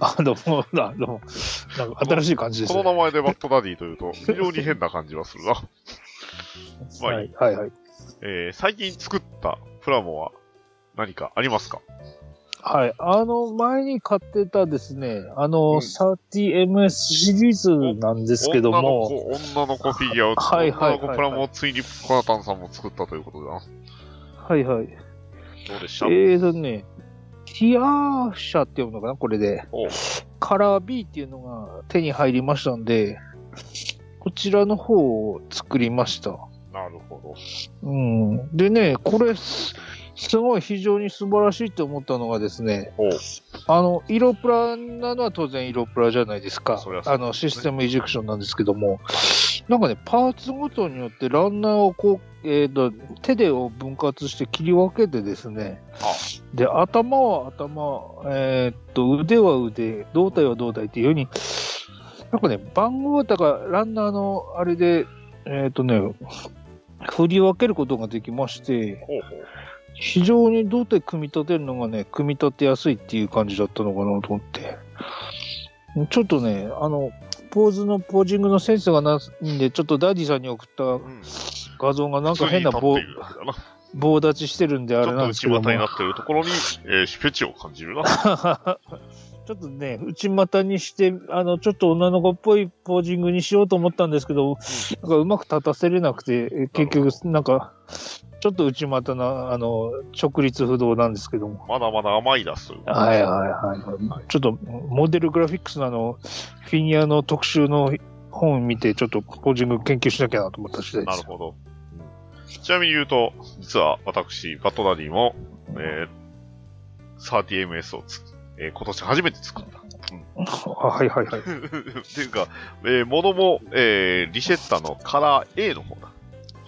あ、どうも、 あどうも。なんか新しい感じですこね。の名前でバットダディというと、非常に変な感じはするな。 まあはいい、はい、はい。えー最近作ったプラモは何かありますかはい。あの、前に買ってたですね、あの、うん 30ms シリーズなんですけども、女の子、女の子フィギュアを作っはいはいはいはい女の子プラモをついにコナタンさんも作ったということだな。はいはい。どうでした、えーとね、ティアーシャって読むのかなこれでおう。カラー B っていうのが手に入りましたんで、こちらの方を作りました。なるほど。うん。でね、これす、すごい非常に素晴らしいって思ったのがですね、おうあの、色プラなのは当然色プラじゃないですか。そりゃそうですねあの、システムイジェクションなんですけども、なんかね、パーツごとによってランナーをこう、えーと、手でを分割して切り分けてですねあ、で、頭は頭、えーと、腕は腕、胴体は胴体っていうように、なんかね、番号だからランナーのあれで、えーとね、振り分けることができまして、ほうほう。非常にどうやって組み立てるのがね、組み立てやすいっていう感じだったのかなと思って。ちょっとね、あの、ポーズの、ポージングのセンスがないんで、ちょっとダディさんに送ったうん。画像がなんか変な普通に棒立っているやつだな。ち棒立ちしてるんであょれっなとんですけ内ども。股になってるところに、えー、フェチを感じるな。 ちょっとね、内股にして、あの、ちょっと女の子っぽいポージングにしようと思ったんですけど、なんかうまく立たせれなくて、え結なる局、なんか、ちょっと内股な、あの、直立不動なんですけども。まだまだ甘い出す。はいはいはい。ちょっと、モデルグラフィックスのあの、フィギュアの特集の本見て、ちょっとポージング研究しなきゃなと思った次第でなする。ほど。ちなみに言うと、実は私、バットダディも、えー、30ms をつ、えー今年初めて作 った。あはいはいはい。っていうか、えー、物も、えー、リシェッタのカラー A の方だ。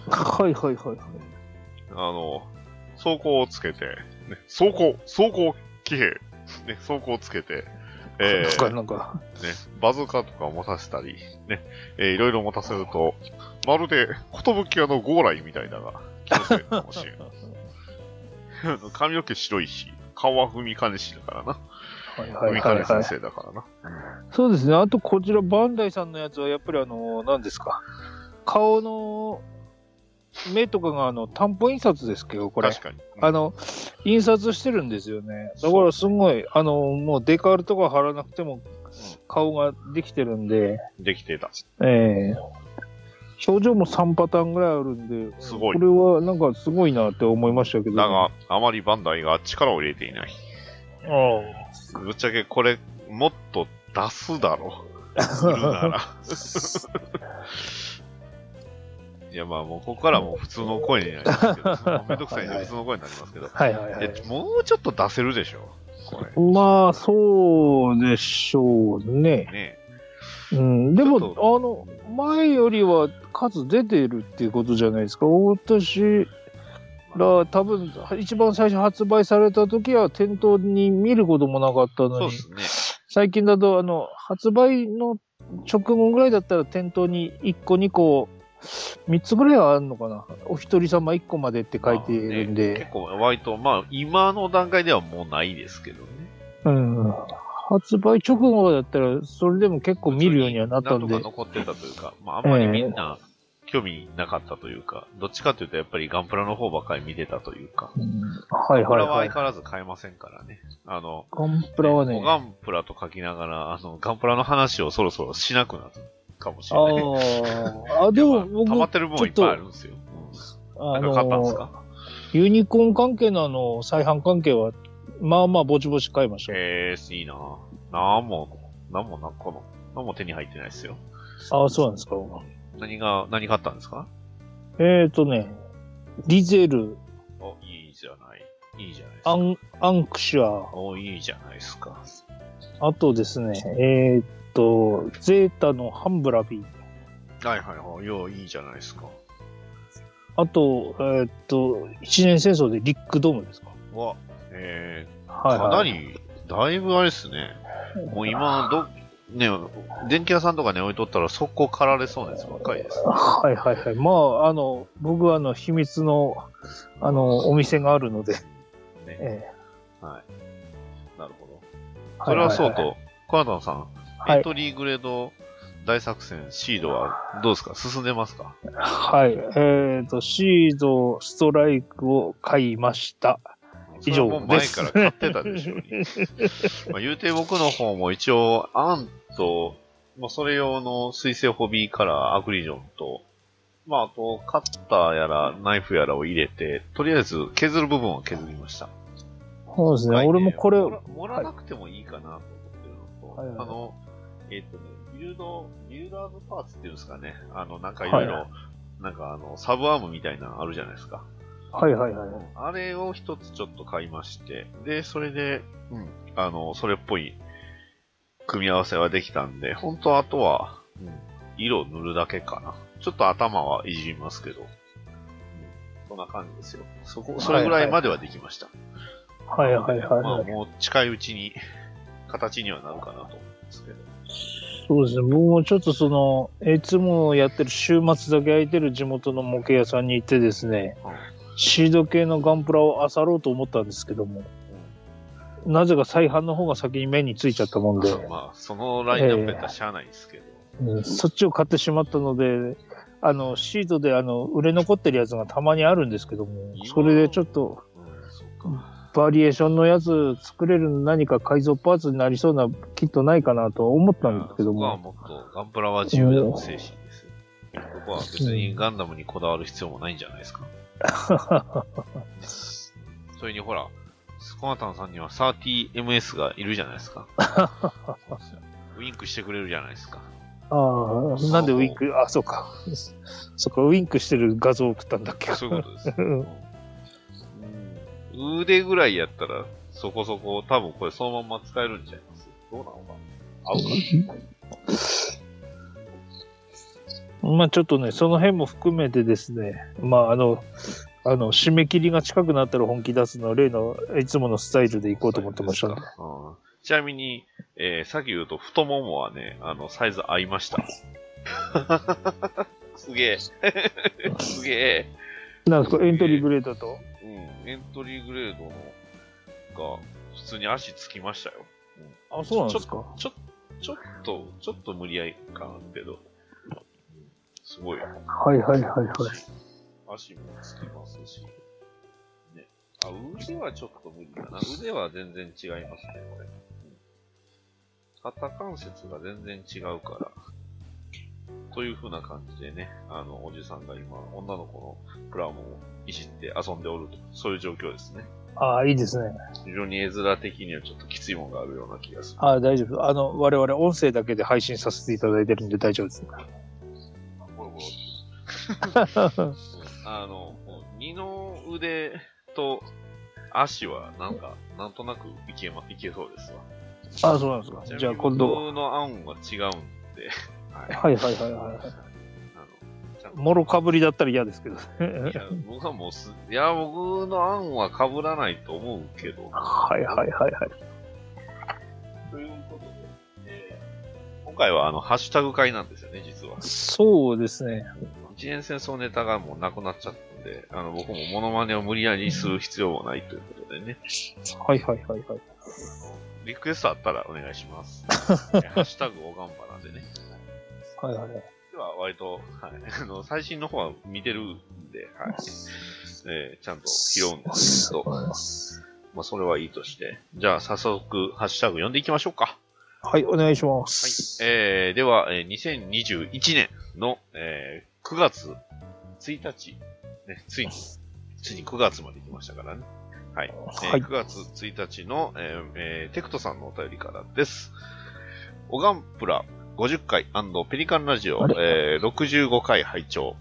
はいはいはい。あの、走行をつけて、ね、走行、走行騎兵、ね、走行をつけて、 えなんーか、なんか、ね、バズーカとかを持たせたり、ね、えーいろいろ持たせると、まるで、寿屋のゴーライみたいだが、気のせいかもしれん。 髪の毛白いし、顔は文金氏だからな。はいはい文は金いはい先。生だからな。そうですね。あと、こちら、バンダイさんのやつは、やっぱりあの、何ですか。顔の、目とかが、あの、担保印刷ですけど、これ。確かに。あの、印刷してるんですよね。だからすごい、あの、もうデカールとか貼らなくても顔ができてるんで、できてた。ええ表情も3パターンぐらいあるんで、すごいこれはなんかすごいなって思いましたけど。だが、あまりバンダイが力を入れていない。ぶっちゃけこれ、もっと出すだ ろう。売るなら。いや、まあもうここからはもう普通の声になります けど、めんどくさいんで普通の声になりますけど。はいはいはえい。もうちょっと出せるでしょこれ。まあ、そうでしょうね。ねうん、でも、ちょっあの、前よりは数出てるっていうことじゃないですか。私ら、多分、一番最初発売された時は店頭に見ることもなかったそのうで、にすね。最近だとあの発売の直後ぐらいだったら店頭に1個2個3つぐらいはあるのかなお一人様1個までって書いてるんねで、結構、割と、まあ、今の段階ではもうないですけどね。うん、発売直後だったらそれでも結構見るようにはなったんなんでとか残ってたというか、まあ、あんまりみんな興味なかったというか、どっちかというとやっぱりガンプラの方ばっかり見てたというか、うんはガいンプはいラははい相変わらず買えませんからね。あの、ガンプラはおねガンプラと書きながら、あの、ガンプラの話をそろそろしなくなるかもしあれない。ーあでいやまあ溜まっも僕てる分はいっぱいあるんですよ。うんあなんか買ったんですのかユニコーン関係のあの再販関係はまあまあぼちぼち買いましたよえー、いいなぁ。なんも、なんもな、この、なんも手に入ってないですよ。ああそうなんですか何が、何買ったんですかえっ、ー、とねリゼルお、いいじゃない。いいじゃないですアか。ンアンクシャーお、いいじゃないですか。あとですね、えーっと、ゼータのハンブラビー。はいはいはい。よう、いいじゃないですか。あと、えーっと、一年戦争でリックドームですか。は、えー、はい、かなはい。り、だいぶあれですね。もう今、ど、ね、電気屋さんとかに置いとったら速攻駆られそうなやつばっかりです。はいはいはい。まあ、あの、僕はあの、秘密の、あの、お店があるので。ねえなるほど。ーそれはそう。いいいと、コナタンさん、はいエントリーグレード大作戦、シードはどうですか進んでますかはい。えーっと、シードストライクを買いました。以上それはもう前から買ってたでしょう に。まあ言うて僕の方も一応、アンと、まあ、それ用の水性ホビーカラー、アグリジョンと、まあ、あと、カッターやら、ナイフやらを入れて、とりあえず削る部分は削りました。そうですね。はい俺もこれ、盛ら盛らなくてもいいかなと思ってるのと、はいあの、えっ、とね、ビルド、ビルダーズパーツっていうんですかね、あの、なんかいろいろ、はなんかあの、サブアームみたいなのあるじゃないですか。はいはいはい。あれを一つちょっと買いまして、で、それで、うん、あの、それっぽい組み合わせはできたんで、本当あとは、うん、色を塗るだけかな。ちょっと頭はいじりますけど、うん、そんな感じですよ。そこ、それぐらいまではできました。はいはいはい、まはあ、い。もう近いうちに、形にはなるかなと思うんですけど。そうですね。僕もちょっとその、いつもやってる週末だけ空いてる地元の模型屋さんに行ってですね、はいシード系のガンプラを漁ろうと思ったんですけども、なぜか再販の方が先に目についちゃったもんで、まあ、そのラインナップやったらしゃあないですけど。うんそっちを買ってしまったので、あの、シードであの、売れ残ってるやつがたまにあるんですけども、それでちょっと、うん、そっか。バリエーションのやつ作れる何か改造パーツになりそうなキットないかなと思ったんですけどそこはも、もっと、ガンプラは自由だの精神ですよ。ここは別にガンダムにこだわる必要もないんじゃないですか。 それにほら、スコアタンさんには 30ms がいるじゃないですか。そうですよウインクしてくれるじゃないですか。ああ、なんでウィンク、あ、そうか。 そっか、ウィンクしてる画像を送ったんだっけ。そういうことです。うんうん腕ぐらいやったら、そこそこ、多分これそのまんま使えるんちゃいますどうなのかな合う かまあちょっとね、その辺も含めてですね、まああの、あの、締め切りが近くなったら本気出すの、例のいつものスタイルでいこうと思ってましたね。うんちなみに、えーさっき言うと、太ももはね、あの、サイズ合いま した。すげえ。すげえ。なんですか、エントリーグレードと。うん、エントリーグレードの、が、普通に足つきましたよ。あ、そうなんですか。ちょ、ちょっと、ちょっと無理やり感あるけど、うんすごいよ。はいはいはいはい。足もつきますし。ね。あ、腕はちょっと無理だな。腕は全然違いますね、これ。うん肩関節が全然違うから。という風な感じでね、あの、おじさんが今、女の子のプラモをいじって遊んでおると、そういう状況ですね。ああ、いいですね。非常に絵面的にはちょっときついものがあるような気がする。ああ、大丈夫。あの、我々音声だけで配信させていただいてるんで大丈夫 です。ボロボロってあの、もう二の腕と足はなんか、なんとなくいけま、いけそうですわ。ああ、そうなんですか。じゃあ今度は。僕の案は違うんで。ははいはいはいはい。あのもろかぶりだったら嫌ですけど。いや、僕はもうす、いや、僕の案は被らないと思うけど。はいはいはいはい。ということで、えー今回はあの、ハッシュタグ会なんですよね、実は。そうですね。一年戦争ネタがもうなくなっちゃったんで、あの、僕もモノマネを無理やりする必要もないということでね。はいはいはいはい。リクエストあったらお願いします。ハッシュタグおがんばなんでね。はいはいはい。では、割と、はい、 あの、最新の方は見てるんで、はい。えーちゃんと拾うんですけど、まあ、それはいいとして。じゃあ、早速、ハッシュタグ読んでいきましょうか。はい、お願いしまはいす。。えー、では、えー2021年の、えー9月1日、ね、ついに、ついに9月まで来ましたからね。はい。えーはい9月1日の、えーえーテクトさんのお便りからです。オガンプラ50回ペリカンラジオあ、えー65回拝聴。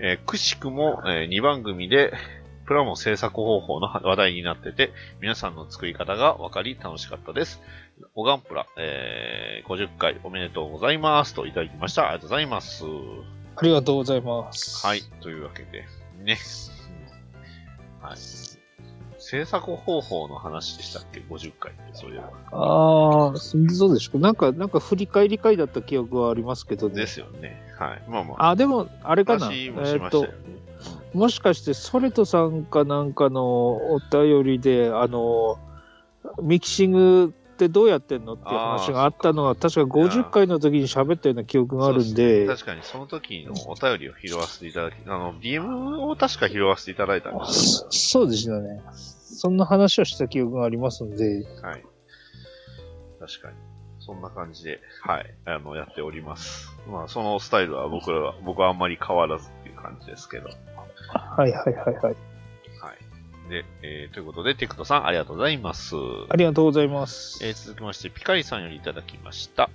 えーくしくも、え2番組でプラモ制作方法の話題になってて、皆さんの作り方が分かり楽しかったです。おがんぷら、えー、50回おめでとうございますといただきました。ありがとうございます。ありがとうございます。はい。。というわけで、ね。うんはい。制作方法の話でしたっけ ?50 回って、そういえば。ああ、そうでしょ。なんか、なんか振り返り会だった記憶はありますけどね。ですよね。はい。まあまあ。あ、でも、あれかな。話もしましたよね。もしかして、ソレトさんかなんかのお便りで、あの、ミキシングってどうやってんのっていう話があったのは、確か50回の時に喋ったような記憶があるんで、そうすね確かにその時のお便りを拾わせていただき、あの、DM を確か拾わせていただいたんですそそうですよね。そんな話をした記憶がありますんで、よはい。確かに。そんな感じで、はい、あの、やっております。まあ、そのスタイルは僕らは、僕はあんまり変わらずっていう感じですけど。はいはいはいはい。はい。で、えー、ということで、テクトさん、ありがとうございます。ありがとうございます。えー続きまして、ピカリさんよりいただきました。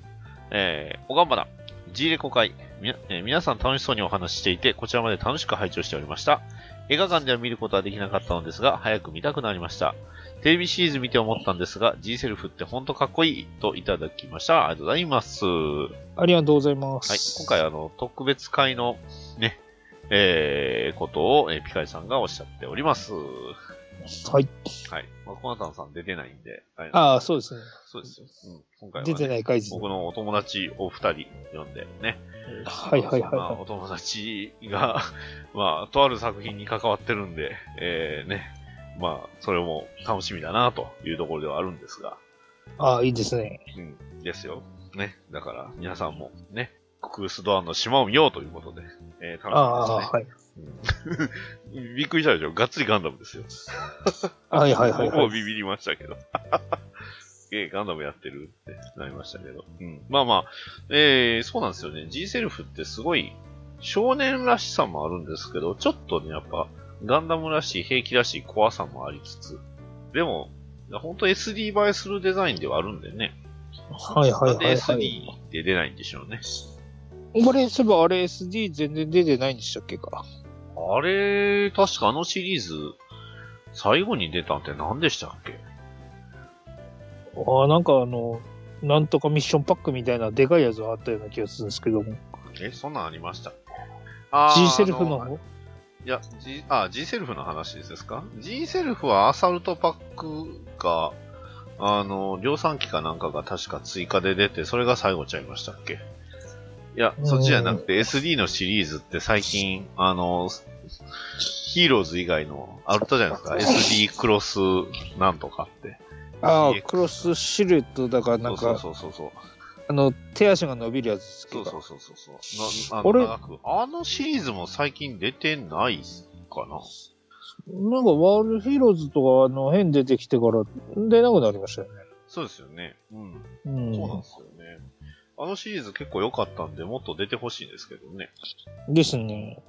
えー、おがんばだ。G レコ会。みな、えー皆さん楽しそうにお話ししていて、こちらまで楽しく拝聴しておりました。映画館では見ることはできなかったのですが、早く見たくなりました。テレビシリーズ見て思ったんですが、G セルフってほんとかっこいいといただきました。ありがとうございます。はありがとうございます。い。今回、あの、特別会の、ね、えー、ことを、えーピカリさんがおっしゃっております。ははい。い。まあ、コナタンさん出てないんで、あれああ、そうですね。そうですよ。うん。今回は、ね、出てない回ですね。僕のお友達お二人読んでね。はいはいはいまあ、はお友達が、 まあ、とある作品に関わってるんで、えー、ね。まあ、それも楽しみだなというところではあるんですが、い。ああ、いいですね。うん、ですよ。ね。だから、皆さんもね、クースドアンの島を見ようということで、えー、ああ、楽しはい。みですね。うん、びっくりしたでしょがっつりガンダムですよ。はいはいはい僕はもい。ビビりましたけど。 えーガンダムやってるってなりましたけど。うん。まあまあ、えー、そうなんですよね。G セルフってすごい少年らしさもあるんですけど、ちょっとね、やっぱガンダムらしい、兵器らしい怖さもありつつ、でも、本当 SD 映えするデザインではあるんでね。はいはいなんはいではい。 SD で出ないんでしょうね。これ、そういえばあれ SD 全然出てないんでしたっけか。あれ、確かあのシリーズ、最後に出たんって何でしたっけああ、なんかあの、なんとかミッションパックみたいなでかいやつがあったような気がするんですけども。え、そんなんありましたあー G セルフのあ方いや、G、あ、G セルフの話ですか ?G セルフはアサルトパックが、あの、量産機かなんかが確か追加で出て、それが最後ちゃいましたっけいや、そっちじゃなくて SD のシリーズって最近、あの、ヒーローズ以外の、あったじゃないですか ?SD クロスなんとかって。ああ DX、クロスシルエットだからなんそうか、そうそうそう。あの、手足が伸びるやつですけそうそど。うそうそうそう。なああのれ長くあのシリーズも最近出てないかななんかワールドヒーローズとかあの辺出てきてから出なくなりましたよね。そうですよね。うん。うん。そうなんですよね。あのシリーズ結構良かったんで、もっと出てほしいんですけどね。ですね。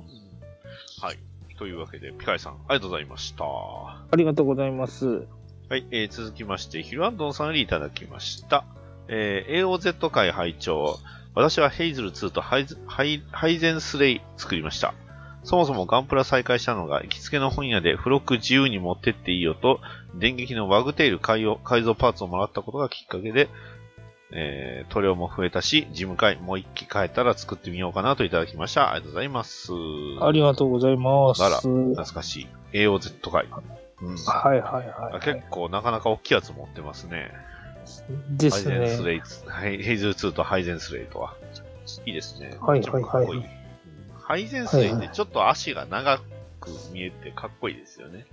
はい。というわけで、ピカイさん、ありがとうございました。はありがとうございます。い、えー続きまして、ヒルアンドンさんよりいただきました。えー AOZ 会拝聴私はヘイズル2とハイズハイハイゼンスレイ作りました。そもそもガンプラ再開したのが、行きつけの本屋で付録自由に持ってっていいよと、電撃のワグテール改を改造パーツをもらったことがきっかけで、えー、塗料も増えたし、事務会もう一機変えたら作ってみようかなといただきました。ありがとうございます。ありがとうございます。あらはい懐かしい。AOZ 会。うん。はいはい、あは結構なかなか大きいやつ持ってますね。い。でハイすゼンスね。レイツ、ハイヘイズル2とハイゼンスレイとは。いいですね。はいこっちもかっこいいはうんハイゼンスレイってちょっと足が長く見えてかっこいいですよね。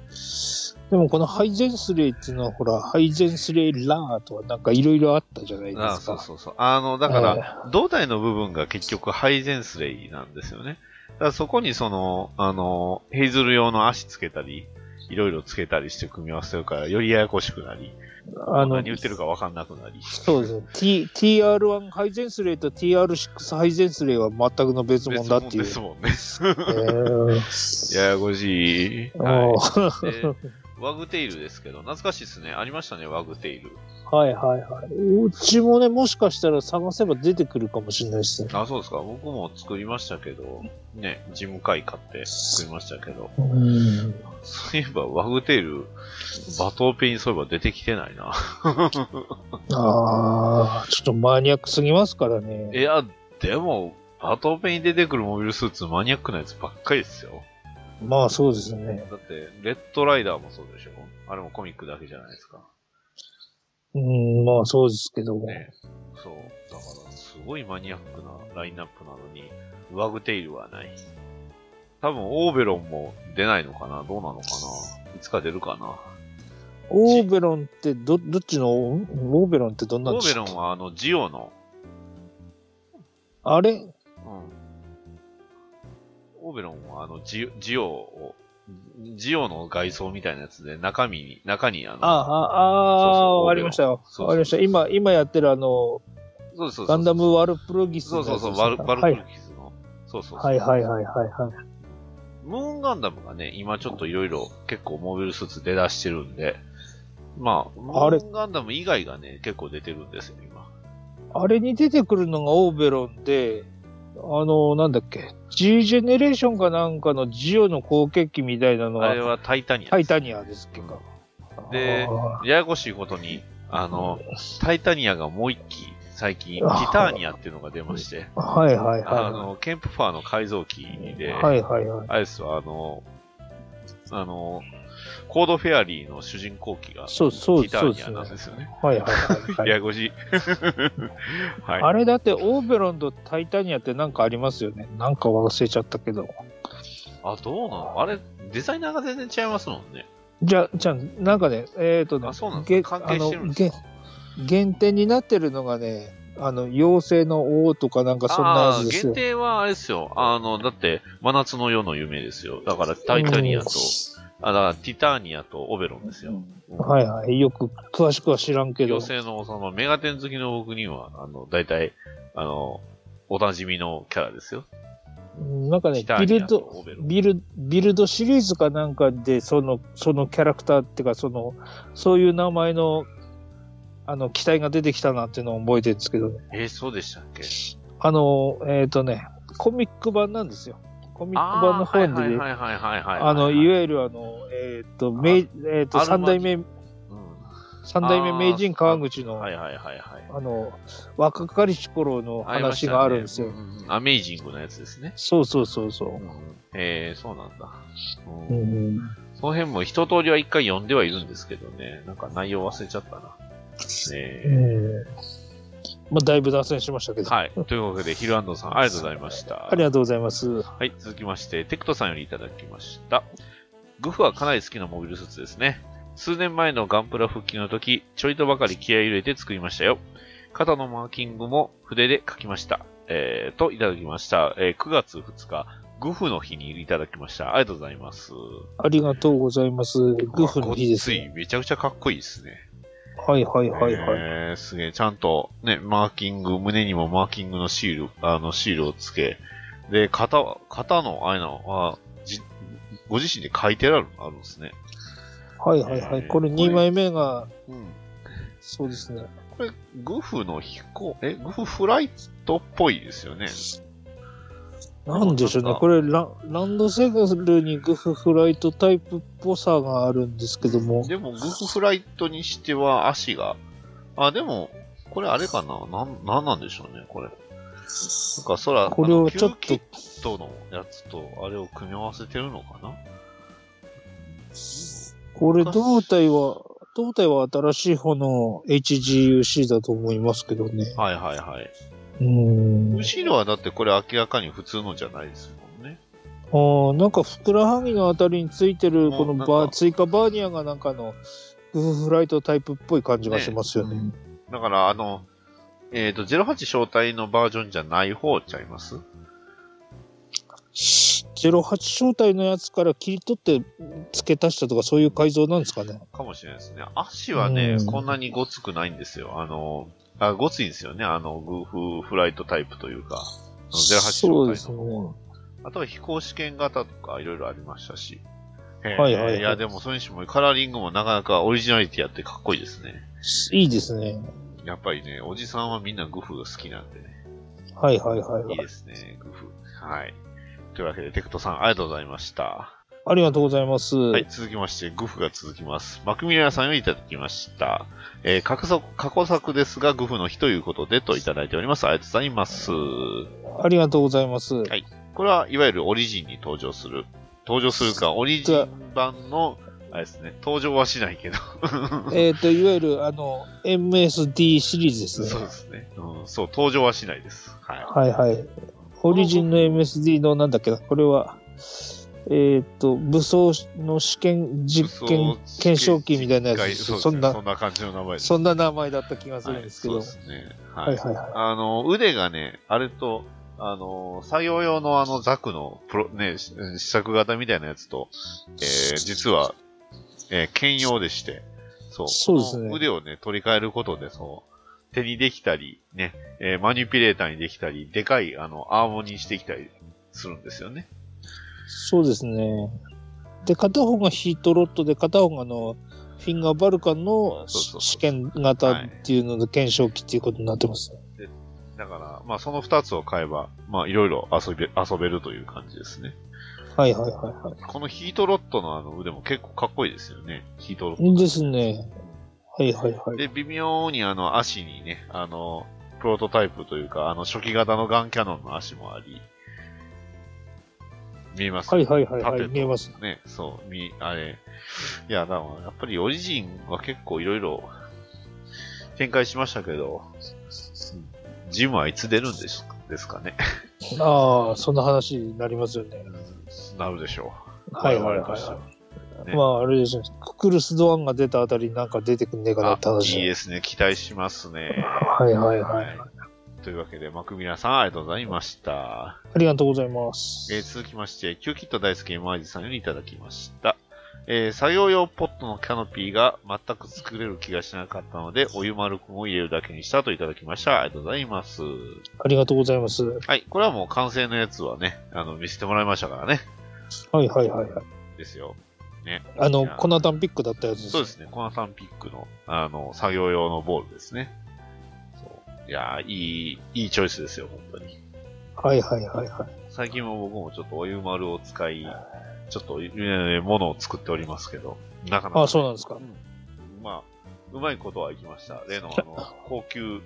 でもこのハイゼンスレイっていうのはほら、ハイゼンスレイラーとはなんかいろいろあったじゃないですあか。そうそうそう。あの、だから、胴体の部分が結局ハイゼンスレイなんですよね。だからそこにその、あの、ヘイズル用の足つけたり、いろいろつけたりして組み合わせるから、よりややこしくなり、あの何、言ってるかわかんなくなり。そうですね。T、TR1 ハイゼンスレイと TR6 ハイゼンスレイは全くの別物だっていう。別物ですもんね。 えーややこしい。おはーい。で ワグテイルですけど、懐かしいですね。ありましたね、ワグテイル。はいはいはい。うちもね、もしかしたら探せば出てくるかもしれないですね。あ、そうですか。僕も作りましたけど、ね、ジム会買って作りましたけど、うん。そういえばワグテイル、バトーペにそういえば出てきてないな。ああ、ちょっとマニアックすぎますからね。いや、でも、バトーペに出てくるモビルスーツマニアックなやつばっかりですよ。まあそうですね。だって、レッドライダーもそうでしょあれもコミックだけじゃないですか。うん、まあそうですけども。ね。そう。だから、すごいマニアックなラインナップなのに、ワグテイルはない。多分、オーベロンも出ないのかなどうなのかないつか出るかなオーベロンってど、どっちのオーベロンってどんなんオでーベすロかンは、あの、ジオの、あれうん。オーベロンは、あの、ジオジオを、ジオの外装みたいなやつで、中身に、中に、あの、ああ、あそうあ、そうわかりましたよ。そうそうわかりました。今、今やってるあの、そうですそうですガンダムワルプロギスのそうやつそでうすそう、ね。バルバルはクいルキズの。そうそうそうはいはいはいはいはい。ムーンガンダムがね、今ちょっといろいろ結構モビルスーツ出だしてるんで、まあ、ムあれーンガンダム以外がね、結構出てるんですよ、今。あれに出てくるのがオーベロンで、あの、なんだっけ、G ジェネレーションかなんかのジオの後継機みたいなのあれが、はタイタニアタでイす。タニアですっけか。であややこしいことに、あの、タイタニアがもう一機、最近、ティターニアっていうのが出まして、ー はいはいあはの、ケンプファーの改造機い。で、はいはいはい。あれですよ、あの、あの、コードフェアリーの主人公機が、テそうそうィタそうーでニアすね。なんはですよね。いはいはいやはい。やこしい。 はい。あれだってオーベロンとタイタニアってなんかありますよね。なんか忘れちゃったけど。あ、どうなのあれ、デザイナーが全然違いますもんね。じゃあ、じゃあ、なんかね、えっ、とね、あ、そうなんですかげ関係してるんですかあのげ限定になってるのがね、あの、妖精の王とかなんかそんなあやあつー、です限定よ。はあれですよ。あの、だって、真夏の夜の夢ですよ。だから、タイタニアと、あ、だから、ティターニアとオベロンですよ。うんはいはい。よく、詳しくは知らんけど。妖精の王様、メガテン好きの僕には、あの、大体、あの、おなじみのキャラですよ。うんなんかテねィタ、ービニルアとドオ、ベロン。ビル、ビルドシリーズかなんかで、その、そのキャラクターっていうか、その、そういう名前の、あの、機体が出てきたなっていうのを覚えてるんですけどね。えーそうでしたっけあの、えっ、とね、コミック版なんですよ。コミック版あのー方はいで、はいはいはいはいはい。あの、いえ、わゆるあの、えっ、と、めい、えっ、と、アルマ三代目、三代目あー名人川口うん。の、はいはいはいはい。あの、若かりし頃のありました話ねがあるんですよ。うんうんアメイジングのやつですね。そうそうそうそう。えー、そうなんだ。ううんんその辺も一通りは一回読んではいるんですけどね、なんか内容忘れちゃったな。ええーまあ、だいぶ脱線しましたけーど、はい。というわけで、ヒルアンドさん、ありがとうございました。ありがとうございます。はい、続きまして、テクトさんよりいただきました。グフはかなり好きなモビルスーツですね。数年前のガンプラ復帰の時、ちょいとばかり気合い入れて作りましたよ。肩のマーキングも筆で描きました。えー、と、いただきました。えー、9月2日、グフの日にいただきました。ありがとうございます。ありがとうございます。グフの日ですごっついね。めちゃくちゃかっこいいですね。はいはいはいはい。えー、すげえ、ちゃんと、ね、マーキング、胸にもマーキングのシール、あの、シールをつけ、で、型は、型の、あれなのは、じご自身で書いてある、あるんですね。はいはいはえい。ーこれ2枚目が、うん。そうですね。これ、グフの飛行、え、グフフライトっぽいですよね。なんでしょうなんねか。これラ、ランドセルにグフフライトタイプっぽさがあるんですけども。でも、グフフライトにしては足が、あ、でも、これあれかななん、なんなんでしょうね、これ。なんか、そら、これをちょっあのキュとー、キットのやつと、あれを組み合わせてるのかなこれ胴体は、胴体は新しい方の HGUC だと思いますけどね。はいはいはい。うーん。後ろはだってこれ明らかに普通のじゃないですもんね。あーなんかふくらはぎのあたりについてるこものうなバんーか追加バーニアがなんかのグフフライトタイプっぽい感じがしますよね。ねだからあの、えっ、と、08正体のバージョンじゃない方ちゃいます08正体のやつから切り取って付け足したとかそういう改造なんですかね。かもしれないですね。足はねう、んこんなにごつくないんですよ。あの、あごついんですよね。あの、グーフフライトタイプというか、あの08そうで正す体ねの。方は。あとは飛行試験型とかいろいろありましたし。へえはいはいはいいや、でもそれにしてもカラーリングもなかなかオリジナリティあってかっこいいですね。いいですね。やっぱりね、おじさんはみんなグフが好きなんでね。はいはいはいはいいい。ですね、グフ。はい。というわけで、テクトさんありがとうございました。ありがとうございます。ははい、続きまして、グフが続きます。マクミラーさんをいただきました。えー過去作、過去作ですが、グフの日ということでといただいております。ありがとうございます。こありがとうございます。いれは、いわゆるオリジンに登場する。登場するか、オリジン版の、あれですね、登場はしないけど。 えっ、と、いわゆる、あの、MSD シリーズですそうね。ですね、うん。そう、登場はしないです。はい。はいはい。オリジンの MSD のなんだっけな、これは、えっ、と、武装の試験実験検証機みたいなやつですそうですねそんなそんな感じの名前です。そんな名前だった気がするんですけど。は、はいそうですね。いはいはい。あの、腕がね、あれと、あの、作業用のあのザクのプロ、ね、し試作型みたいなやつと、えー実は、えー兼用でして、そう。そうですねこの腕をね、取り替えることで、そう、手にできたり、ね、えーマニピュレーターにできたり、でかい、あの、アームにしてきたりするんですよね。そうですね。で、片方がヒートロットで、片方があの、フィンガーバルカンのそうそうそう試験型っていうので検証機っていうことになってます。だから、まあ、その二つを買えば、まあ、いろいろ遊べ、遊べるという感じですね。はいはいはいはこのヒートロットのあの腕も結構かっこいいですよね。ヒートロット。い。ですね。はいはいはい。で、微妙にあの足にね、あの、プロトタイプというか、あの初期型のガンキャノンの足もあり、見えますはいはいはいはい縦と見えますね、そう、み、あれ。いや、だからやっぱりオリジンは結構いろいろ展開しましたけど、ジムはいつ出るんでしですかね。ああ、そんな話になりますよね。なるでしょう。はいはいはい我々としてははねい。まあ、あれですね。ククルス・ドアンが出たあたりなんか出てくんねえかなってあ話。いいですね。期待しますね。はいはいはい。というわけで、マクミラさん、ありがとうございました。ありがとうございます。えー続きまして、キューキット大好き MIG さんよりいただきました。えー作業用ポットのキャノピーが全く作れる気がしなかったので、お湯丸くんを入れるだけにしたといただきました。ありがとうございます。ありがとうございます。はい、これはもう完成のやつはね、あの、見せてもらいましたからね。はいはいはいはい。ですよ。あいのや、コナタンピックだったやつですそうね。ですね、コナタンピックの、あの、作業用のボールですね。そういやーいい、いいチョイスですよ、本当に。はいはいはいはい。最近も僕もちょっとお湯丸を使い、ちょっと、えー、ものを作っておりますけど、なかなか、あそうなんですかうんまあ、うまいことはいきました。例の、あ の、高級、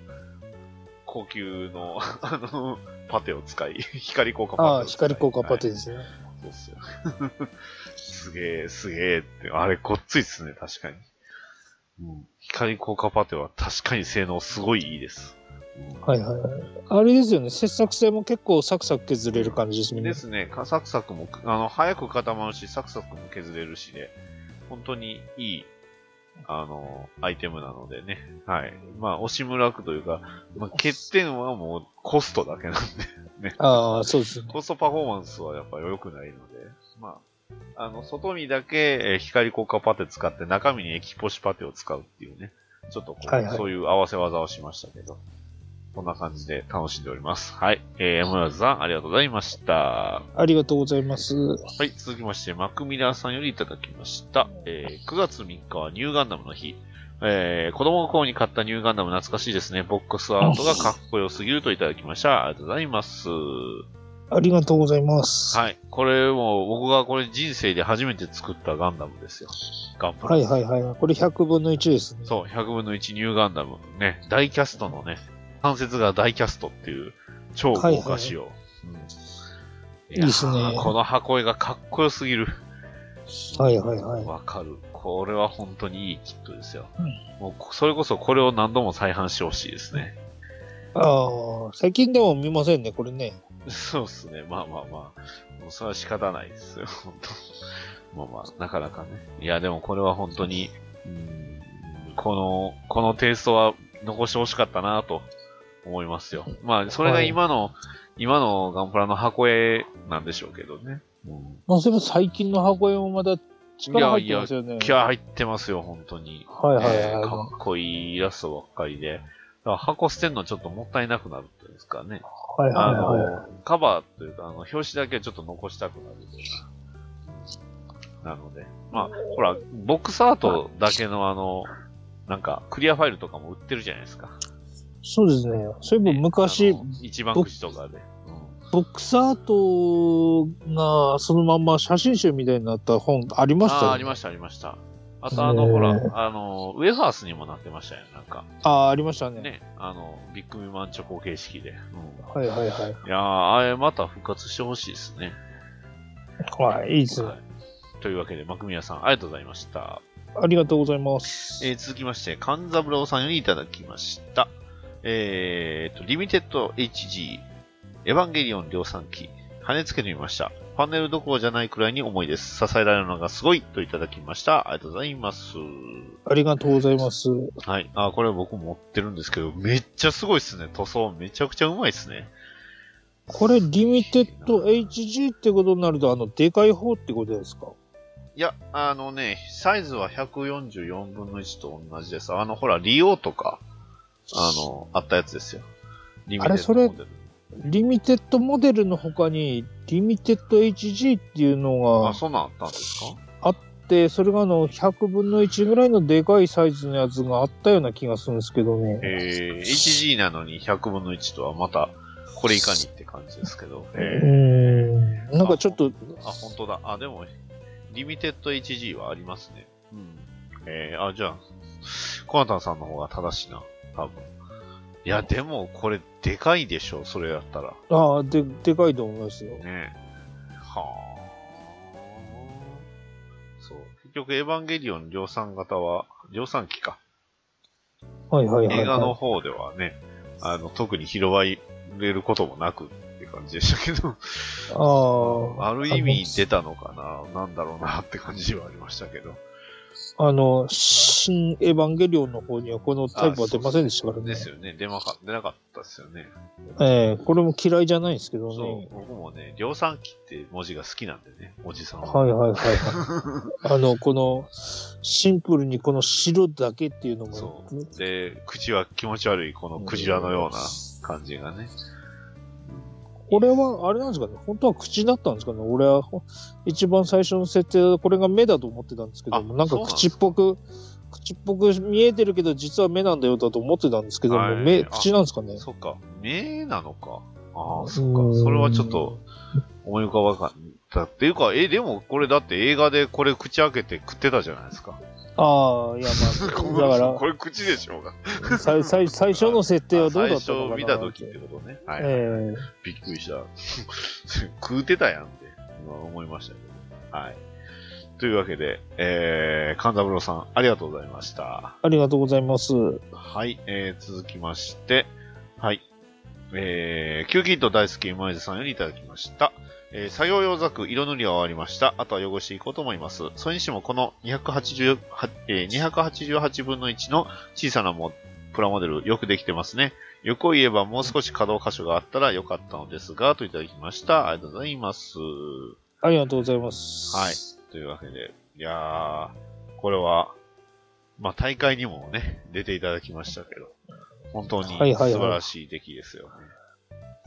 高級の、 あの、パテを使い、 光効果あパあ、テを使い。光効果パテはいですね。そうっすよ すげえ、すげえって、あれ、ごっついっすね、確かに。うん、光効果パテは確かに性能すごいいいです。うんはいはいはい。あれですよね、切削性も結構サクサク削れる感じですもんねで。すね、かサクサクも、あの、早く固まるし、サクサクも削れるしで、本当にいい、あの、アイテムなのでね。はい。まあ、惜しむらくというか、まあ、欠点はもうコストだけなんで、 ああ、そうですね。コストパフォーマンスはやっぱ良くないので、まあ、あの、外見だけえー光効果パテ使って、中身に液ポシパテを使うっていうね、ちょっとこう、はいはいそういう合わせ技をしましたけど、こんな感じで楽しんでおります。はい。えー、山田さん、ありがとうございました。ありがとうございます。はい、続きまして、マクミラーさんよりいただきました。えー9月3日はニューガンダムの日。えー子供の頃に買ったニューガンダム懐かしいですね。ボックスアートがかっこよすぎるといただきました。ありがとうございます。ありがとうございます。はい、これも、僕がこれ人生で初めて作ったガンダムですよ。ガンプラ。はいはいはい。これ100分の1ですね。そう、100分の1ニューガンダム。ね、大キャストのね、関節が大キャストっていう超豪華仕様。うんいいですねやーこの箱絵がかっこよすぎる。はいはいはい。わかる。これは本当にいいキットですよ。うんもうこそれこそこれを何度も再販してほしいですね。ああ、最近でも見ませんね、これね。そうっすね。まあまあまあ。もうそれは仕方ないですよ。本当。まあまあ、なかなかね。いや、でもこれは本当に、うんこの、このテイストは残してほしかったなと思いますよ。まあ、それが今の、今のガンプラの箱絵なんでしょうけどね。うんまあ、それも最近の箱絵もまだ力入ってますよね。気合入ってますよ、本当に。はいはいえーかはっこいいイラストばっかりで。だから箱捨てるのちょっともったいなくなるっていうんですかね。い。はいあはいはい。の、カバーというか、あの、表紙だけはちょっと残したくなるというか。なので。まあ、ほら、ボックスアートだけのあの、なんか、クリアファイルとかも売ってるじゃないですか。そうですね。そういえば昔、あの、一番くじとかで。うんボックスアートがそのまんま写真集みたいになった本ありましたあー、よありね。ました、ありました。あと、あの、ねえほら、あの、ウェファースにもなってましたよ、なんか。あーありましたね。ね、あの、ビッグミマンチョコ形式で。うんはいはいはい。いやー、あれまた復活してほしいですね。はい、いいですね。はい。というわけで、マクミヤさん、ありがとうございました。ありがとうございます。えー続きまして、カンザブラオさんよりいただきました。えー、と、リミテッド HG、エヴァンゲリオン量産機、跳ねつけてみました。パネルどころじゃないくらいに重いです。支えられるのがすごいといただきました。ありがとうございます。ありがとうございます。はい。あ、これ僕持ってるんですけど、めっちゃすごいっすね。塗装めちゃくちゃうまいっすね。これ、リミテッド HG ってことになると、あの、でかい方ってことですかいや、あのね、サイズは144分の1と同じです。あの、ほら、リオとか、あの、あったやつですよ。リミテあれッそドれモデル。リミテッドモデルの他に、リミテッド HG っていうのあがそんなんあったんですかあって、それがあの、100分の1ぐらいのでかいサイズのやつがあったような気がするんですけどね。えー、1G なのに100分の1とはまた、これいかにって感じですけど。うえーーん。なんかちょっと、あ、本当だ。あ、でも、リミテッド 1G はありますね。うん。えー、あ、じゃあ、コナタンさんの方が正しいな。多分。いや、でも、これ、でかいでしょ。それだったら。ああ、で、でかいと思いますよ。ねはあ。そう。結局、エヴァンゲリオン量産型は、量産機か。はいはいはい、映画のは方ではね、あの、特に拾われることもなくって感じでしたけど、 い。ああ。ある意味出たのかな、なんだろうなって感じはありましたけど。あの、新エヴァンゲリオンの方にはこのタイプは出ませんでしたからねで。すよね。出まか、出なかったですよね。ええこれも嫌いじゃないんですけどそねう、。僕もね、量産機って文字が好きなんでね、おじさんは。はいはいはい はい。あの、この、シンプルにこの白だけっていうのもそ、う。で、口は気持ち悪い、このクジラのような感じがね。これはあれなんですかね、本当は口だったんですかね、俺はほ一番最初の設定はこれが目だと思ってたんですけども、あなんかそうなんです口かっぽく、口っぽく見えてるけど、実は目なんだよだと思ってたんですけども、はい目、あ口なんですかね。そっか、目なのか。あうあ、んそっか。それはちょっと思い浮かばなかった。っていうか、え、でもこれだって映画でこれ口開けて食ってたじゃないですか。ああ、いやまあ、だかこれ口でしょうが。ら、最最最初の設定はどうだったの最かな初見た時ってことね。はい。えびっくりした。 食うてたやんって、今思いましたけど。はい。というわけで、えー、神田ロさん、ありがとうございました。えありがとうございます。はい、えー、続きまして、はい。えー、キューキッド大好き今泉さんよりいただきました。えー、作業用ザク、色塗りは終わりました。あとは汚していこうと思います。それにしても、この288、えー288分の1の小さなもプラモデル、よくできてますね。欲を言えば、もう少し可動箇所があったらよかったのですが、といただきました。ありがとうございます。ありがとうございます。はい。というわけで、いやー、これは、まあ、大会にもね、出ていただきましたけど、本当に素はいはいはい晴らしい出来ですよ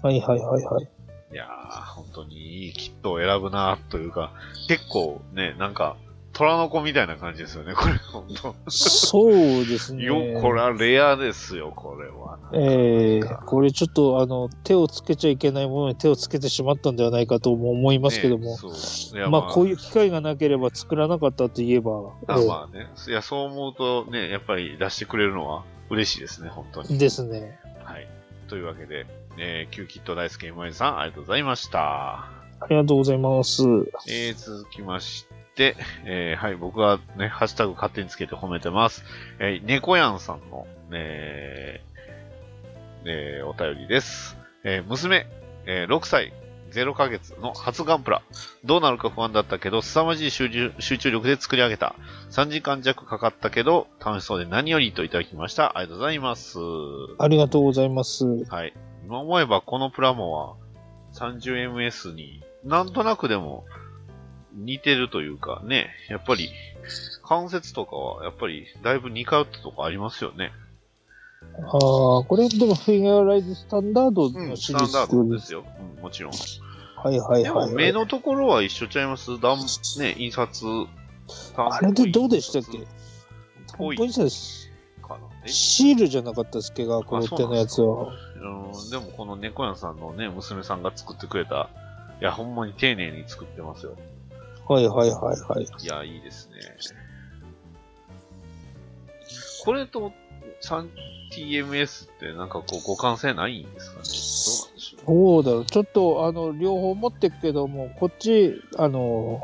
ね。いはいはいはい はい。やー、本当にいいキットを選ぶなというか、結構ね、なんか、虎の子みたいな感じですよね、これ、本当。そうですね。よ、これはレアですよ、これは。ええなんかこれちょっとあの手をつけちゃいけないものに手をつけてしまったんではないかとも思いますけども、ねそういやまあ、こういう機会がなければ作らなかったといえば、あまあね、いや、そう思うとね、やっぱり出してくれるのは嬉しいですね、本当ええに。ですね。はい。というわけで、えー、キューキット大好き MY さん、ありがとうございました。ありがとうございます。えー、続きまして、えー、はい、僕はね、ハッシュタグ勝手につけて褒めてます。えー、猫やんさんの、えー、えーお便りです。えー、娘、えー6歳、0ヶ月の初ガンプラ。どうなるか不安だったけど、凄まじい集中集中力で作り上げた。3時間弱かかったけど、楽しそうで何よりといただきました。ありがとうございます。ありがとうございます。はい。今思えばこのプラモは 30ms になんとなくでも似てるというかね、やっぱり関節とかはやっぱりだいぶ似通ったとこありますよね。ああ、これでもフィギュアライズスタンダードうのん、スシタリンーズダっーてことドで。ですすよ。うん、もちろん。はいはいではもい。目のところは一緒ちゃいます。だんね、印刷。あれでどうでしたっけぽポいインセスかな。えシールじゃなかったっすっけが、この手のやつは。うん、でもこの猫屋さんのね、娘さんが作ってくれた、いや、ほんまに丁寧に作ってますよ。はいはいはいはい。いや、いいですね。これと 3TMS ってなんかこう互換性ないんですかねどうなんでしょうどうだろう。ちょっと、あの、両方持ってくけども、こっち、あの、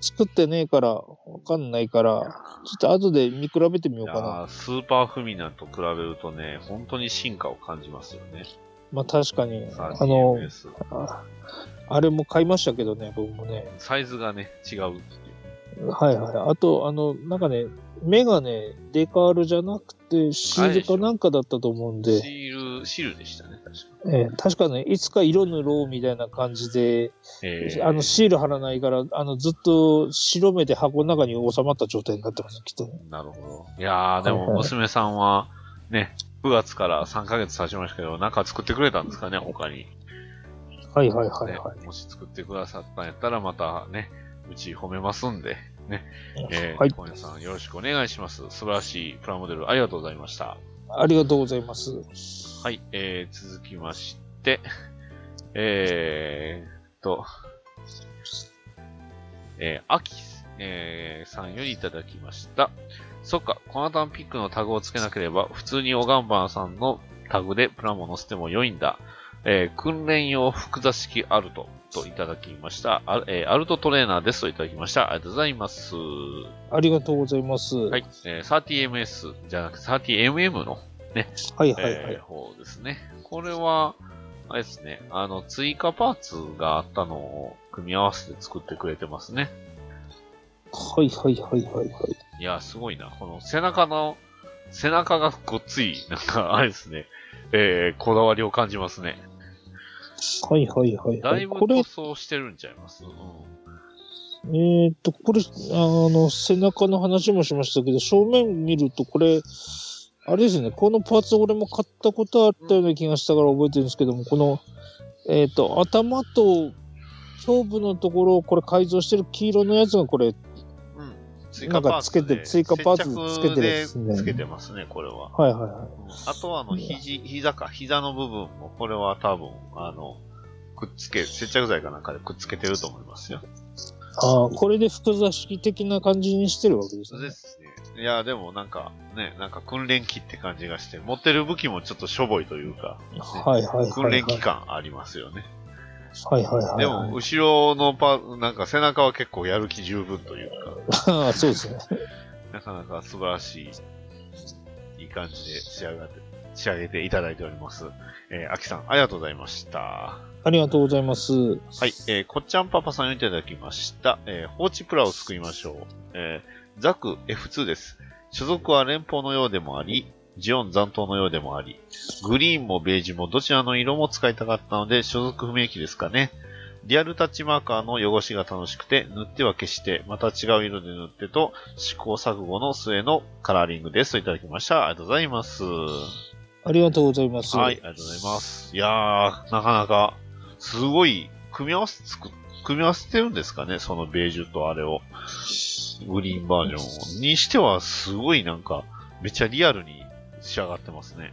作ってねえから、わかんないから、ちょっと後で見比べてみよいうやかな。ースーパーフミナと比べるとね、本当に進化を感じますよね。まあ確かに、あの、 3TMS。ああれも買いましたけどね、僕もね。サイズがね、違うっていう。はいはい。あと、あの、なんかね、目がね、デカールじゃなくて、シールかなんかだったと思うんで、シール、シールでしたね、確か。ええ確かね、いつか色塗ろうみたいな感じで、えあの、シール貼らないから、あの、ずっと白目で箱の中に収まった状態になってます、きっとね。なるほど。いやー、ではいもはい娘さんは、ね、9月から3ヶ月経ちましたけど、なんか作ってくれたんですかね、他に。はいはいはいはい。ねもし作ってくださったんやったら、またね、うち褒めますんで、ね、えー、はい小屋さんよろしくお願いします。素晴らしいプラモデルありがとうございました。ありがとうございます。はい、えー、続きまして、えーっと、えー、アキ、えー、さんよりいただきました。そっか、コナタンピックのタグをつけなければ、普通にオガンバンさんのタグでプラモ載せても良いんだ。えー、訓練用複座式アルトといただきました。あえーアルトトレーナーですといただきました。ありがとうございます。ありがとうございます。ははいい、えー、30ms じゃなくて 30mm のはいえはい。ー方ですね。これは、あれですね、あの、追加パーツがあったのを組み合わせて作ってくれてますね。はいはいはいはいはい。いや、すごいな。この背中の、背中がごっつい、なんか、あれですね、えー、こだわりを感じますね。はいはいはい、だはいい。ぶこれ塗、装してるんちゃいます、うん、えーっと、これ、あの、背中の話もしましたけど、正面見ると、これ、あれですね、このパーツ俺も買ったことあったような気がしたから覚えてるんですけども、この、えーっと、頭と胸部のところをこれ改造してる黄色のやつがこれ、うん。追加パーツで。なんかつけて追加パーツつけてるやつ接着ねでつけてますね、これは。はいはいはうい。んあとはあの、肘、膝か、膝の部分も、これは多分、あの、くっつけ、接着剤かなんかでくっつけてると思いますよ。ああ、これで複雑式的な感じにしてるわけですそうねで。すね。いや、でもなんか、ね、なんか訓練機って感じがして、持ってる武器もちょっとしょぼいというか、ねはいはいはいはい。訓練機感ありますよね。はいはいはい。でも、、後ろのパー、なんか背中は結構やる気十分というか、ああ、 そうですね。なかなか素晴らしい、いい感じで仕上がって、仕上げていただいております。えー、アキさん、ありがとうございました。ありがとうございます。はい、えー、こっちゃんパパさんをいただきました。えー、放置プラを救いましょう。えー、ザク F2 です。所属は連邦のようでもあり、ジオン残党のようでもあり、グリーンもベージュもどちらの色も使いたかったので、所属不明機ですかね。リアルタッチマーカーの汚しが楽しくて、塗っては消して、また違う色で塗ってと、試行錯誤の末のカラーリングです。といただきました。ありがとうございます。ありがとうございます。はい、ありがとうございます。いやー、なかなか、すごい、組み合わせつく、組み合わせてるんですかね、そのベージュとあれを。グリーンバージョンを。にしては、すごいなんか、めっちゃリアルに仕上がってますね。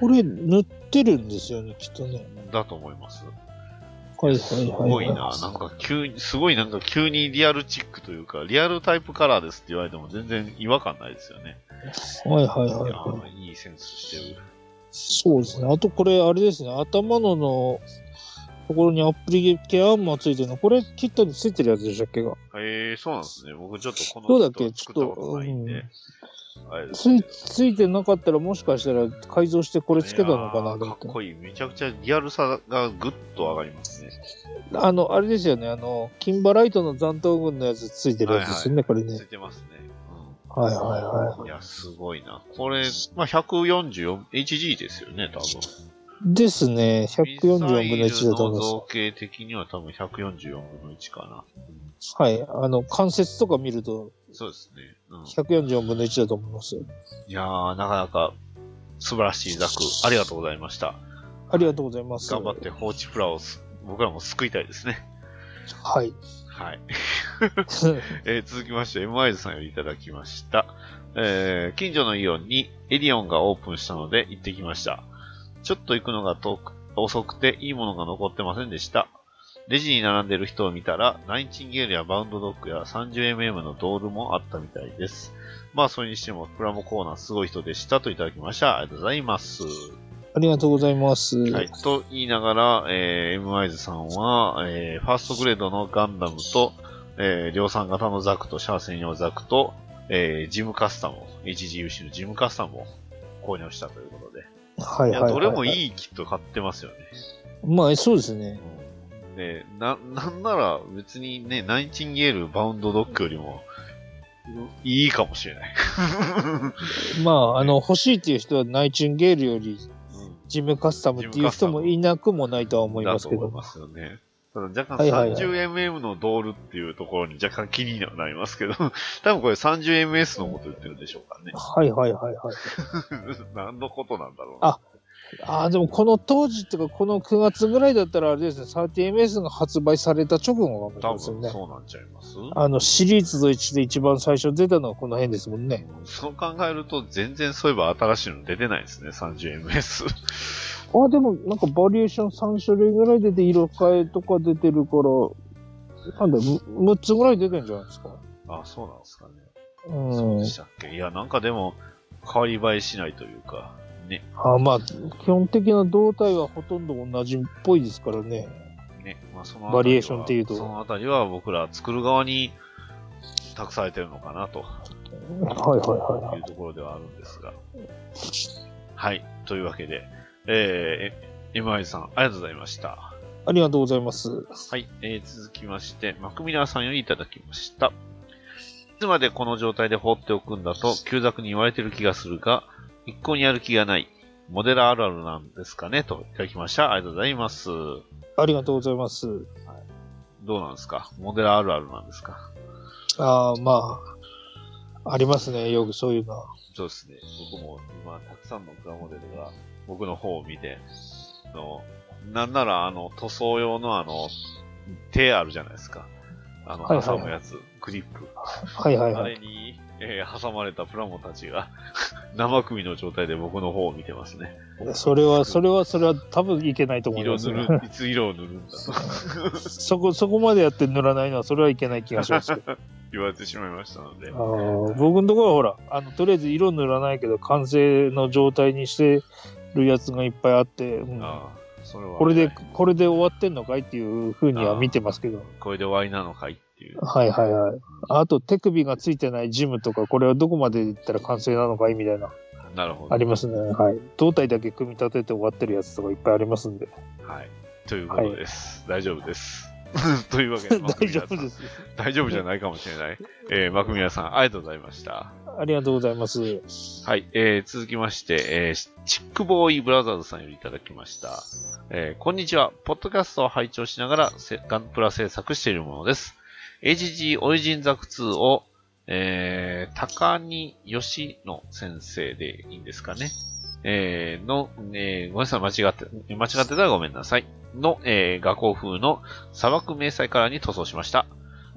これ塗ってるんですよね、きっとね。だと思います。はいはいはい。すごいな。なんか急に、すごいなんか急にリアルチックというか、リアルタイプカラーですって言われても全然違和感ないですよね。はいはいいはいやはい。ー、いいセンスしてる。そうですね。あとこれ、あれですね。頭ののところにアプリケアームがついてるの。これ、キットについてるやつでしたっけが。えー、そうなんですね。僕ちょっとこのどうだっけ人作ったことないんで。あれですつけいどついてなかったら、もしかしたら改造してこれつけたのかいやなーとか思っって。こいい。めちゃくちゃリアルさがぐっと上がりますね。あの、あれですよね。あの、キンバライトの残党軍のやつついてるやつですよね、これつねい。てますね。はいはいはい。うん。いや、すごいな。これ、まあ、144HG ですよね、多分。ですね。144分のミサイ1ルだとの思います。造形的には多分144分の1かはい。あの、関節とか見ると、な。そうですね。うん、 144分の1だと思います。いやー、なかなか素晴らしいザク、ありがとうございました。ありがとうございます。頑張って放置プラをす僕らも救いたいですね。はい。 はい。えー続きまして、m イズさんよりいただきました。えー近所のイオンにエディオンがオープンしたので行ってきました。ちょっと行くのが遠く遅くていいものが残ってませんでした。レジに並んでる人を見たら、ナインチンゲールやバウンドドッグや 30mm のドールもあったみたいです。まあ、それにしても、プラモコーナーすごい人でしたといただきました。ありがとうございます。ありがとうございます。はい。と言いながら、えー、m イズさんは、えーファーストグレードのガンダムと、えー量産型のザクと、シャア専用ザクと、えージムカスタムを、HGUC のジムカスタムを購入したということで。はいいはや、いはい。どれもい。いいキット買ってますよね。まあ、そうですね。うんで、な、なんなら別にね、ナインチンゲール、バウンドドッグよりも、いいかもしれない。まあ、あの、欲しいっていう人はナイチンゲールよりジムカスタムっていう人もいなくもないとは思いだますとけ思いど。ますよね。ただ若干はいはいはい 30mm のドールっていうところに若干気になりますけど、 多分これ 30ms のこと言ってるんでしょうかね。 はいはいはいはい。何のことなんだろうあああ、でもこの当時っていうか、この9月ぐらいだったらあれですね、30ms が発売された直後か多もしれ分ないですよそね。うなんちゃいますあの、シリーズの1で一番最初出たのはこの辺ですもんね。そう考えると全然そういえば新しいの出てないですね、30ms。あ、でもなんかバリエーション3種類ぐらい出て色変えとか出てるから、なんだ、む6つぐらい出てんじゃないですか。 あ、そうなんですかね。そううんで。したっけいや、なんかでも、変わり映えしないというか、ね、あまあ、基本的な胴体はほとんど同じっぽいですからね。ね、まあそのあたりはバリエーションっていうとそのあたりは僕ら作る側に託されてるのかなとはいはいはいはいいうところではあるんですが。はい、というわけで、えー、え MI さん、ありがとうございました。。ありがとうございます。はい、えー続きまして、マクミラーさんよりいただきました。いつまでこの状態で放っておくんだと、急作に言われてる気がするが、一向にやる気がない、モデラーあるあるなんですかね、といただきました。ありがとうございます。どありがとうございます。うなんですかモデラーあるあるなんですかああ、まあ、ありますね。よくそういうのは。そうですね。僕も今、たくさんのプラモデルが僕の方を見て、あの、なんならあの、塗装用のあの、手あるじゃないですか。あの、はいはい挟むやつ、クリップ。はいはいあはれい。に、えー挟まれたプラモたちが 生首の状態で僕の方を見てますね。それは、それは、それは多分いけないと思い色ます塗ね。る、いつ色を塗るん だとそこ、そこまでやって塗らないのは、それはいけない気がしますけど。言われてしまいましたのであ。ー僕のところはほら、あの、とりあえず色塗らないけど、完成の状態にしてるやつがいっぱいあって、うんああ、それは。これで、これで終わってんのかいっていうふうには見てますけど。これで終わりなのかいっていう。はいはいはい。あと、手首がついてないジムとか、これはどこまでいったら完成なのかいみたいな、なるほど。ありますね。はい。胴体だけ組み立てて終わってるやつとかいっぱいありますんで。はい。ということです。大丈夫です。 というわけで、マク 大ミラ丈さん夫です。大丈夫じゃないかもしれない。えー、マクミラさん、ありがとうございました。ありがとうございます。はい、えー、続きまして、えー、チックボーイブラザーズさんよりいただきました。えー、こんにちは。ポッドキャストを拝聴しながらせガンプラ制作しているものです。HG オリジンザク2を、えー、高荷義の先生でいいんですかね。えー、の、えー、ごめんなさい、間違って、間違ってたらごめんなさい。の、えー、画工風の砂漠迷彩カラーに塗装しました。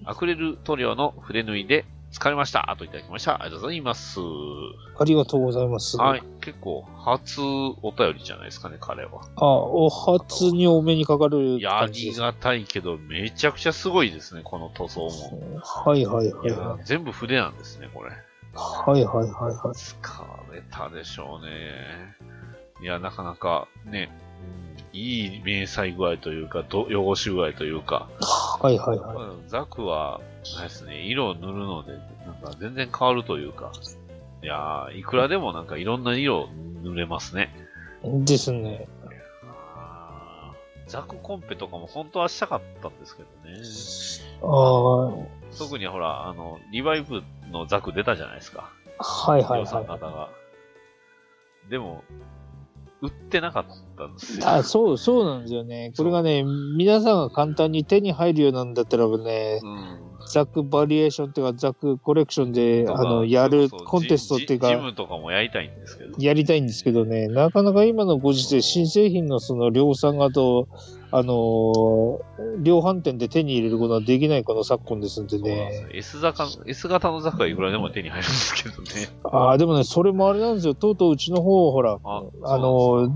アクレル塗料の筆縫いで疲れました。あといただきました。ありがとうございます。ありがとうございます。はい。結構、初お便りじゃないですかね、彼は。あ、お初にお目にかかるいや、あ感じりです。がたいけど、めちゃくちゃすごいですね、この塗装も。はいはいはいい。やはー、全部筆なんですね、これ。いはいはいは疲れたでしょうね。いや、なかなか、ね、うんいい明細具合というか、ど汚し具合というか、い。はいはいはい。ザクは、あれですね、色を塗るので、なんか全然変わるというか、いやー、いくらでもなんかいろんな色塗れますね。ですね。あーザクコンペとかも本当はしたかったんですけどね。ああ、はい特にほら、あの、リバイブのザク出たじゃないですか。はい量は産い。型が。でも、売ってなかったんですよ。あそう、そうなんですよね。これがね、皆さんが簡単に手に入るようなんだったらね、うんザクバリエーションっていうか、ザクコレクションで、とかあの、やるそうそうコンテストっていうジかジ、ムとかもやりたいんですけど。やりたいんですけどね、なかなか今のご時世、新製品のその量産がと、あのー量販店で手に入れることはできないこの昨今ですんそでうなんですね。よ S 坂、S 型の坂はいくらでも手に入るんですけどね。ああ、でもね、それもあれなんですよ。とうとううちの方、ほら、ああのー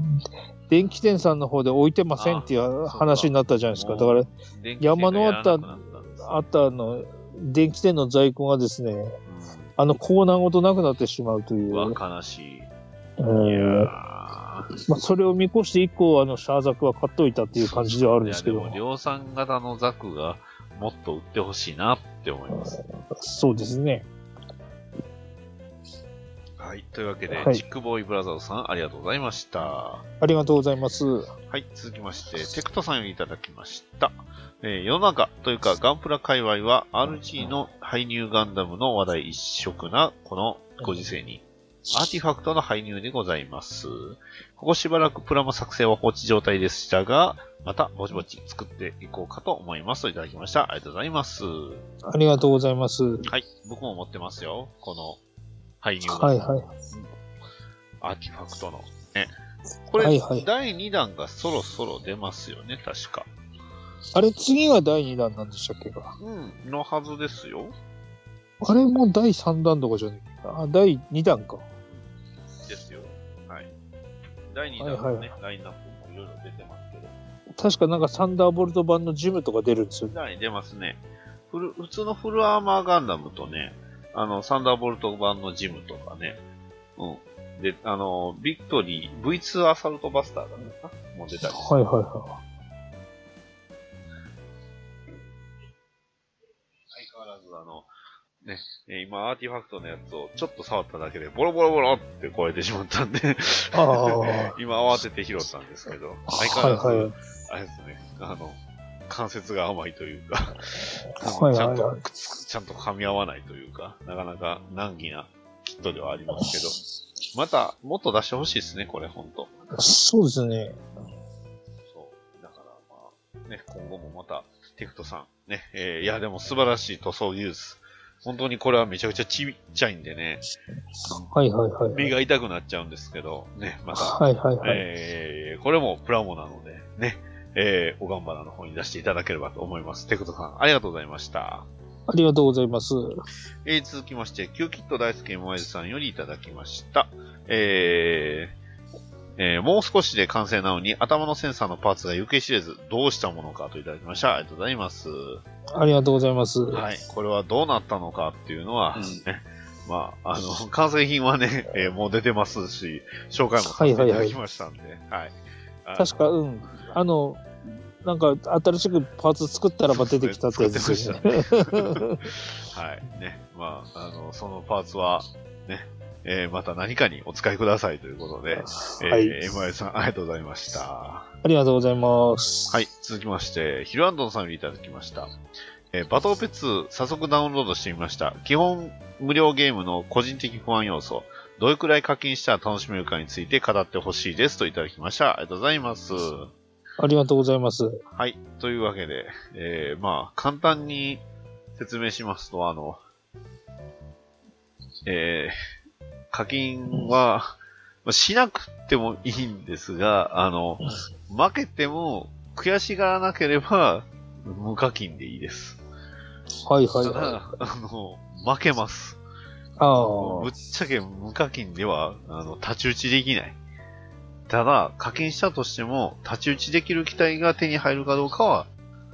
電気店さんの方で置いてませんっていあうそうか話になったじゃないですか。だから、電気山のあった線がやらなくなったんですあったあの、電気店の在庫がですね、あのコーナーごとなくなってしまうというう。わ、悲しい。うんあーまあ、それを見越して1個、あの、シャーザクは買っといたっていう感じではあるんいでやすけでども、。量産型のザクがもっと売ってほしいなって思います。そうですね。はい。というわけで、はいチックボーイブラザーズさん、ありがとうございました。ありがとうございます。はい、続きまして、テクトさんよりいただきました。えー世の中というかガンプラ界隈は RG の配入ガンダムの話題一色なこのご時世に、アーティファクトの配入でございます。ここしばらくプラモ作成は放置状態でしたが、またぼちぼち作っていこうかと思います。いただきました。ありがとうございます。は、ありがとうございます。はい僕も持ってますよ。この配入ガンダムいはい。アーティファクトの。ね。これ、はいはい第2弾がそろそろ出ますよね、確か。あれ、次が第2弾なんでしたっけか。うん、のはずですよ。あれも第3弾とかじゃねえか。あ、第2弾か。ですよ。はい。第2弾のね、ラインナップもいろいろ出てますけど。確かなんかサンダーボルト版のジムとか出るんですよね。第出ますね。フル、普通のフルアーマーガンダムとね、あの、サンダーボルト版のジムとかね、うん。で、あの、ビクトリー、V2 アサルトバスターだったかなもう出たりしてはいはいは相変わらずあの、ね、えー今アーティファクトのやつをちょっと触っただけでボロボロボロって超えてしまったんで、い。あ 今慌てて拾ったんですけど、あ。相変わらず、はいはい。あれですね、あの、関節が甘いというか、はいちゃはんいとはい。くっつく、ちゃんと噛み合わないというか、なかなか難儀なキットではありますけど、また、もっと出してほしいですね、これ、ほんと。そうですね。そう。だからまあ、ね、今後もまた、テクトさん、ね、えーいや、でも素晴らしい塗装技術。本当にこれはめちゃくちゃちっちゃいんでね、はいはいはい。目が痛くなっちゃうんですけど、ね、また、はいはいはい。えーこれもプラモなので、ね、えー、おがんばらの方に出していただければと思います。テクトさん、ありがとうございました。ありがとうございます。えー続きまして、キューキット大好き MYZ さんよりいただきました。えーえーもう少しで完成なのに、頭のセンサーのパーツが行方知れず、どうしたものかといただきました。ありがとうございます。ありがとうございます。はい。これはどうなったのかっていうのは、うんね まあ、あの、完成品はね、えーもう出てますし、紹介もさせていただきましたんで、はいあの確か、うん。あの、なんか、新しくパーツ作ったらば出てきたってやつですよね。 はい。ね。まあ、あの、そのパーツは、ね、えーまた何かにお使いくださいということで、えーはい MI さんありがとうございました。ありがとうございます。はい。続きまして、ヒルアンドンさんよりいただきました。えーバトーペッツー、早速ダウンロードしてみました。基本無料ゲームの個人的不安要素、どれくらい課金したら楽しめるかについて語ってほしいですといただきました。ありがとうございます。ありがとうございます。はい。というわけで、えー、まあ、簡単に説明しますと、あの、えー、課金は、まあしなくてもいいんですが、あの、負けても悔しがらなければ、無課金でいいです。はいはいたはい。だ、あの、負けます。あぶっちゃけ無課金では、あの、太刀打ちできない。ただ、課金したとしても、太刀打ちできる機体が手に入るかどうかは、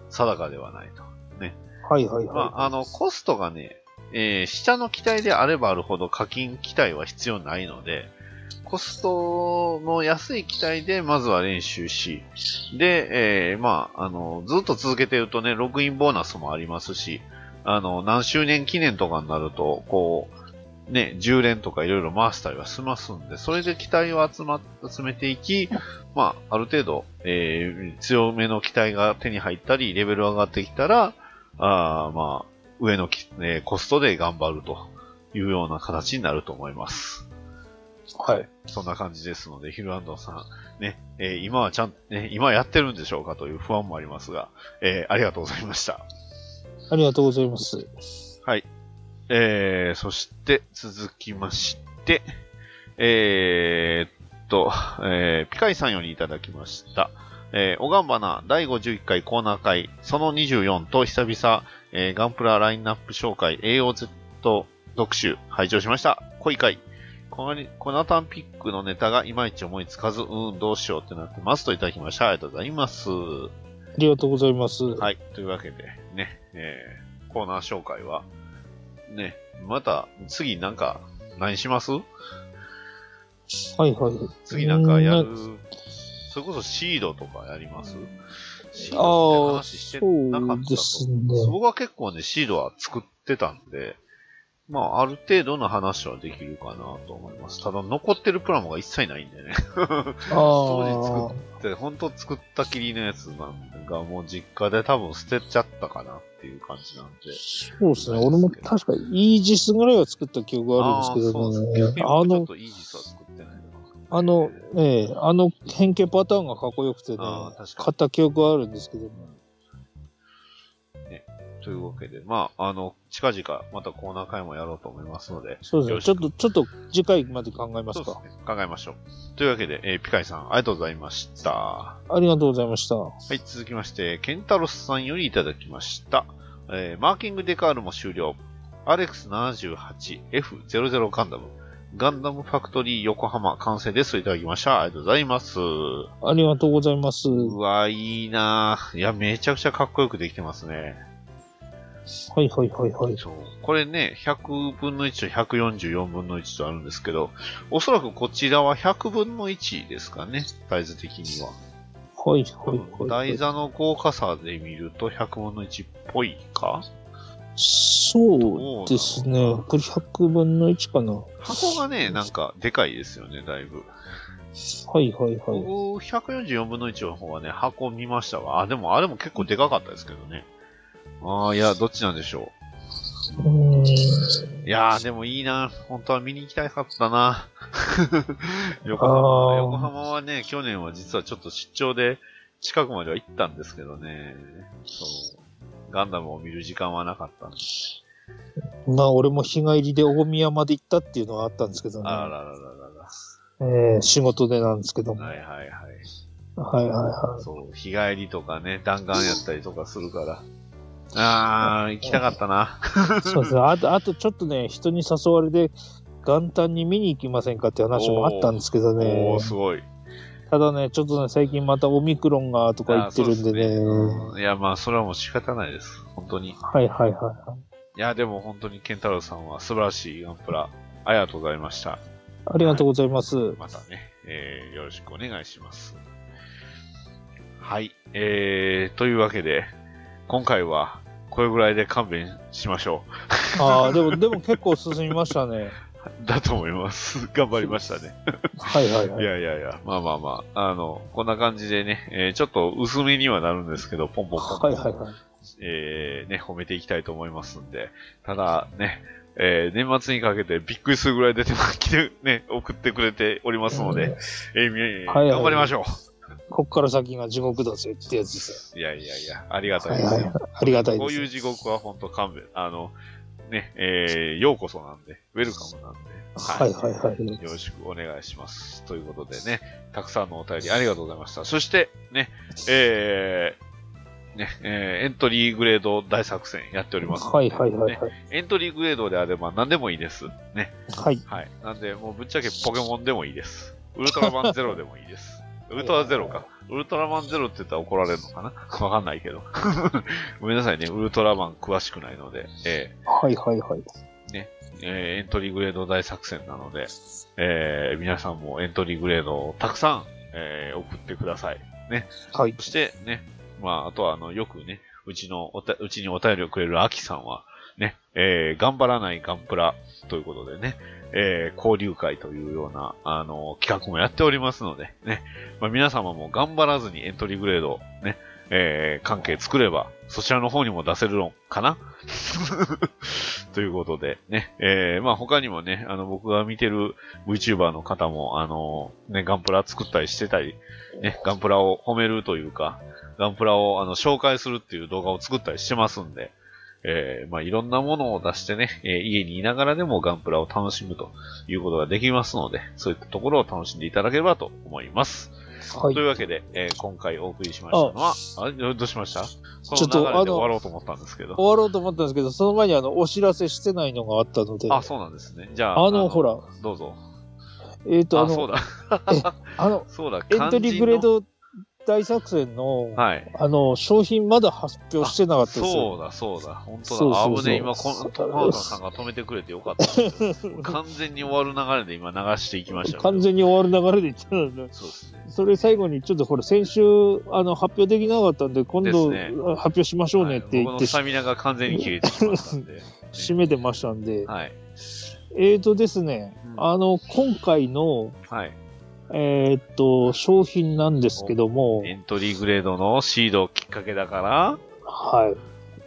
定かではないと。あ。はいはいまはあ、あの、コストがね、えー下の機体であればあるほど課金機体は必要ないので、コストの安い機体でまずは練習し、で、えーまあ、あの、ずっと続けてるとね、ログインボーナスもありますし、あの、何周年記念とかになると、こう、ね、10連とかいろいろ回したりは済ますんで、それで機体を集ま、集めていき、まあ、ある程度、えー強めの機体が手に入ったり、レベル上がってきたら、あーまあ、上のき、えーコストで頑張るというような形になると思います。い。はい。そんな感じですので、ヒルアンドンさん、ね、えー今はちゃん、ね、今やってるんでしょうかという不安もありますが、えーありがとうございました。ありがとうございます。はい。えー、そして、続きまして、えーっと、えーピカイさんよりいただきました。えー、おがんばな第51回コーナー会、その24と久々、えーガンプララインナップ紹介 AOZ 特集、拝聴しました。恋会。この、このタンピックのネタがいまいち思いつかず、うーん、どうしようってなってます。といただきました。ありがとうございます。ありがとうございます。はい。というわけで、ね、えーコーナー紹介は、ね、また、次なんか、何しますはいはい。次なんかやうるん。、それこそシードとかやりますシーああドって話してなかそったうとですね。僕は結構ね、シードは作ってたんで、まあ、ある程度の話はできるかなと思います。ただ、残ってるプラモが一切ないんでね。 ああ。で、本当作ったきりのやつなんが、もう実家で多分捨てちゃったかなっていう感じなんで。そうですね。俺も確かイージスぐらいは作った記憶があるんですあーけどそうね。ですねちあょっの、とイージスは作ってないあの、ええあの変形パターンがかっこよくてね、あー確かに買った記憶があるんですけどね。のというわけで、まあ、あの、近々またコーナー会もやろうと思いますので、そうですね。ちょよっと、ちょっと次回まで考えまそすうですか。ね。考えましょう。というわけで、えーピカイさん、ありがとうございました。はありがとうございました。あい、続きまして、ケンタロスさんよりいただきました。えーマーキングデカールも終了。RX78F00 ガンダム。ガンダムファクトリー横浜完成です。いただきました。ありがとうございます。りがとうございます。うわ、いいなぁ。いや、めちゃくちゃかっこよくできてますね。はいはいはいはい。そう。これね、100分の1と144分の1とあるんですけど、おそらくこちらは100分の1ですかね、サイズ的には。はいはいはい、は台い。座の豪華さで見ると100分の1っぽいかそうですね。これ100分の1かな。は箱がね、なんかでかいですよね、だいぶ。いはいはい。僕、144分の1の方はね、箱見ましたわ。あ、でもあれも結構でかかったですけどね。ああ、いや、どっちなんでしょうーん。う。いやー、でもいいな。本当は見に行きたかったな。 横浜あー横浜はね、去年は実はちょっと出張で近くまでは行ったんですけどね、そう。ガンダムを見る時間はなかったんで。まあ、俺も日帰りで大宮まで行ったっていうのはあったんですけどね。あららららえー仕事でなんですけども。らはら。はいいはいはい。はいはそう、日帰りとかね、弾丸やったりとかするから。あー、行きたかったな。い。そうですね。あと、あとちょっとね、人に誘われて、元旦に見に行きませんかっていう話もあったんですけどねおー、。すごい。ただね、ちょっとね、最近またオミクロンがとか言ってるんあでーね。そうすねいや、まあ、それはもう仕方ないです。本当に。いはいはいはいはい。や、でも本当に、ケンタロウさんは素晴らしいガンプラ。ありがとうございました。ありがとうございます。またね、えーよろしくお願いします。はい。えー、というわけで、今回は、これぐらいで勘弁しましょああ、でも、でも結構進みましたね。う。 だと思います。 頑張りましたね。はいはいはいい。やいやいや、まあまあまあ、あの、こんな感じでね、えーちょっと薄めにはなるんですけど、ポンポンポンポはン、いはいはい。えーね、褒めていきたいと思いますんで、ただね、えー年末にかけてびっくりするぐらい出てきて、ね、送ってくれておりますので、えーみえーはいはい頑張りましょこっから先が地獄だぜってやつですう。いやいやいや、ありがよ。たはいいですはいはいよ。。ありがたいこでうすいう。地獄は本当勘弁、あの、ね、えーようこそなんで、ウェルカムなんで、はいはいはい。よろしくお願いします。ということでね、たくさんのお便りありがとうございました。そして、ね、えー、ね、えーエントリーグレード大作戦やっております。はいはいはいねはい。エントリーグレードであれば何でもいいです。ね。はい。はい。なんで、もうぶっちゃけポケモンでもいいです。ウルトラマンゼロでもいい です。ウルトラゼロか。ウルトラマンゼロって言ったら怒られるのかな わかんないけど。ごめんなさいね。ウルトラマン詳しくないので。えーはいはいはい。えーエントリーグレード大作戦なので、えー皆さんもエントリーグレードをたくさん、えー送ってください。はいそ。してね、まあ、あとはあの、よくね、うちのおた、うちにお便りをくれるアキさんは、ね、えー頑張らないガンプラということでね、えー交流会というような、あの、企画もやっておりますので、ね、まあ、皆様も頑張らずにエントリーグレード、ね、えー関係作れば、そちらの方にも出せるのかな ということで、ね、えーまあ他にもね、あの、僕が見てる VTuber の方も、あの、ね、ガンプラ作ったりしてたり、ね、ガンプラを褒めるというか、ガンプラをあの紹介するっていう動画を作ったりしてますんで、えーまあ、いろんなものを出してね、えー家にいながらでもガンプラを楽しむということができますので、そういったところを楽しんでいただければと思います。はいというわけで、えー今回お送りしましたのは、あれどうしましたちょこっとの流れあでの終わろうと思ったんですけど。終わろうと思ったんですけど、その前にあの、お知らせしてないのがあったので、あ、そうなんですね。じゃあ、あの、ほら、どうぞ。えっ、と、ああそうの、だ。あの、そうだ、エン肝トリー心グレーの。ド大作戦の、はい。あの、商品まだ発表してなかったですよ。そうだ、そうだ。本当だ。そうそうそうあぶねえ、今、この、トマウタさんが止めてくれてよかった。完全に終わる流れで今流していきましたよ完全に終わる流れで言ってたので、そうですね。それ最後にちょっとほら、先週、あの、発表できなかったんで、今度、ですね発表しましょうねっては言いっ僕のて、スタミナが完全に切れてきましたんで。締めてましたんで、はい。えーとですね、うんあの、今回の、はい。えーっと、商品なんですけども、エントリーグレードのシードをきっかけだから、は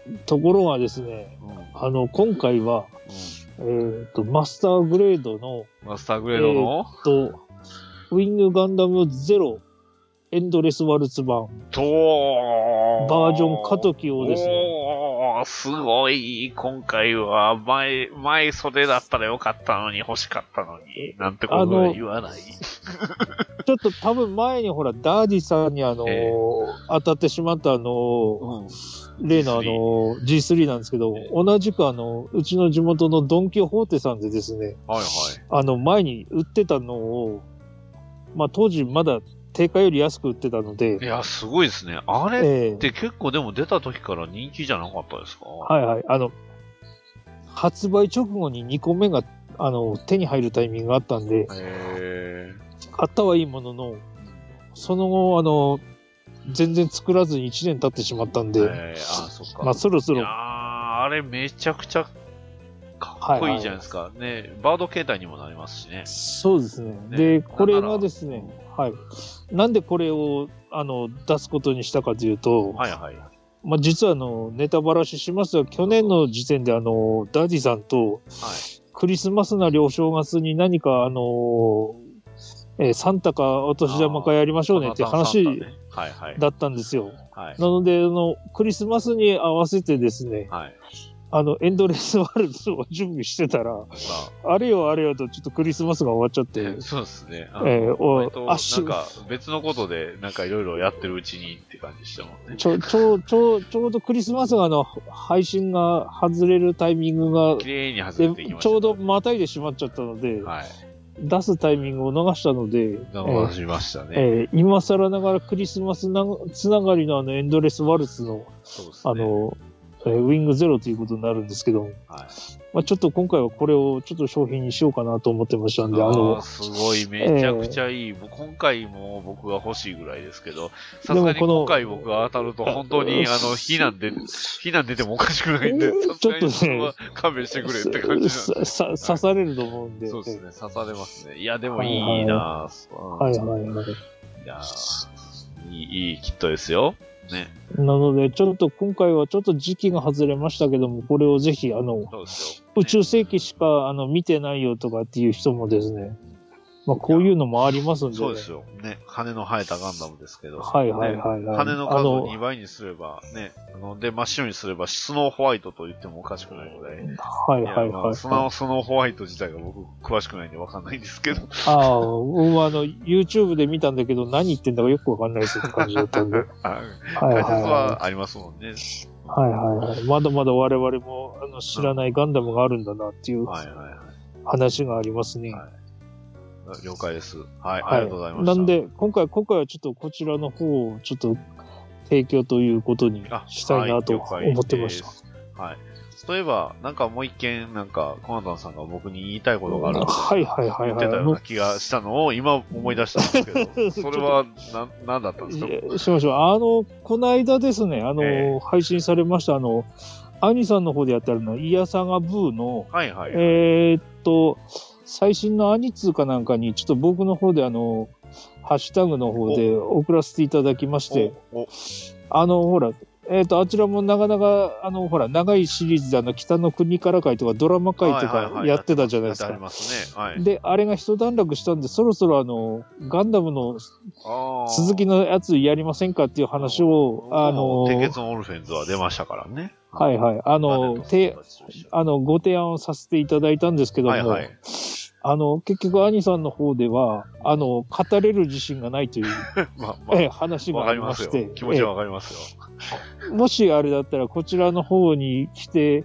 い。ところがですね、うんうんあの、今回は、えーっと、マスターグレードの、マスターグレードの、と、ウィングガンダムゼロ、エンドレスワルツ版、とバージョン過渡期をですね、おー、すごい。今回は前、前袖だったらよかったのに、欲しかったのに、なんてことは言わない。ちょっと多分前にほら、ダーディさんにあの、ええ当たってしまったあの、うん。例のあの、G3 なんですけどええ、同じくあの、うちの地元のドン・キホーテさんでですね、はいはい。あの、前に売ってたのを、まあ当時まだ定価より安く売ってたのいで、や、すごいですね。あれっええて結構でも出た時から人気じゃなかったですかはいはい、あの、発売直後に2個目が、あの、手に入るタイミングがあったんで、へ買ったはいいものの、その後、あの、全然作らずに1年経ってしまったんえ。で、へーあ、そっか。まあ、そろそいやーろ、あれめちゃくちゃかっこいいじゃないですか。ね、バード形態にもなりますしね。そうですね。ねで、これなんながらですね、はい。なんでこれを、あの、出すことにしたかというと、はいはい。まあ、実はあの、ネタばらししますが、去年の時点で、あの、ダディさんと、クリスマスなりお正月に何か、あの、えーサンタかお年玉かやりましょうねって話サンタねはいはい。だったんですよ。はい。なので、あの、クリスマスに合わせてですね、はい。あの、エンドレスワールドを準備してたら、まあれよあれよとちょっとクリスマスが終わっちゃっあて、そうですね。あえーお割とあなしんか別のことでなんかいろいろやってるうちにって感じでしたもんね。ちょ、ちょ、ちょ、ちょうどクリスマスがあの、配信が外れるタイミングが、綺麗に外れていきでましたね。ちょうどまたいでしまっちゃったので、はい。出すタイミングを逃したので、流しましたえね。ーえー今更ながらクリスマスなつながりのあの、エンドレスワルツの、そうですね。あの、えーウィングゼロということになるんですけども、はいまあ、ちょっと今回はこれをちょっと商品にしようかなと思ってましたんで、ああのー、すごい、めちゃくちゃいい。もう今回も僕が欲しいぐらいですけど、さすがにでもこの今回僕が当たると本当に、あの、避難で、避難出てもおかしくないんで、うんさすがにそちょっとねこは勘弁してくれって感じなんで。ささ刺されると思うんで、そうですね、刺されますね。いや、でもはいいはいいなぁ。はいはいはい。いやーいい、いいキットですよ。ね。なので、ちょっと今回はちょっと時期が外れましたけども、これをぜひ、あの、そうですよ。宇宙世紀しかあの見てないよとかっていう人もですね、まあ、こういうのもありますんで、ね、そうですよ。ね。羽の生えたガンダムですけど。はいはいはいはい。羽のあ数をの2倍にすれば、ね。あので、真っ白にすれば、スノーホワイトと言ってもおかしくないぐらい。はいはいやまはあい。その、そのホワイト自体が僕、詳しくないんでわかんないんですけど。ああ、僕はあの、YouTube で見たんだけど、何言ってんだかよくわかんないですって感じ だったんで。はいあは解い説ははありますもんね。い。はいはいはい。まだまだ我々もあの知らないガンダムがあるんだなっていうはいはいは話がありますね。はいい。了解です。はい、はありがとうございました。なんで、今回、今回はちょっとこちらの方をちょっと提供ということにあ、したいなとはい了解思ってました。ですはい。そういえば、なんかもう一件、なんか、コナタンさんが僕に言いたいことがあるってはいはいはい言っはてい。たあようのな気がしたのを今思い出したんですけど、それはな、なんだったんですかいやしましょう。あの、この間ですね、あの、え配信されました、あの、アニさんの方でやってあるのは、イヤサガブーの、はいはい。えーっと、最新のアニツーかなんかに、ちょっと僕の方で、あの、ハッシュタグの方で送らせていただきまして、お、お、あの、ほら、えーっと、あちらもなかなか、あの、ほら、長いシリーズで、あの、北の国から会とか、ドラマ会とはいはいかはいやってたじゃないですやってありか。ますね。はい。で、あれが一段落したんで、そろそろあの、ガンダムのあー鈴木のやつやりませんかっていう話を、あの鉄血のオルフェンズは出ましたからね。はいはい。バネあのと、て、友達と一緒あの、ご提案をさせていただいたんですけども、はいはい。あの、結局、兄さんの方では、あの、語れる自信がないという、 まあ、ええま話あ、わもかありりまますよして、。気持ちはえわかりますよ。えもしあれだったら、こちらの方に来て、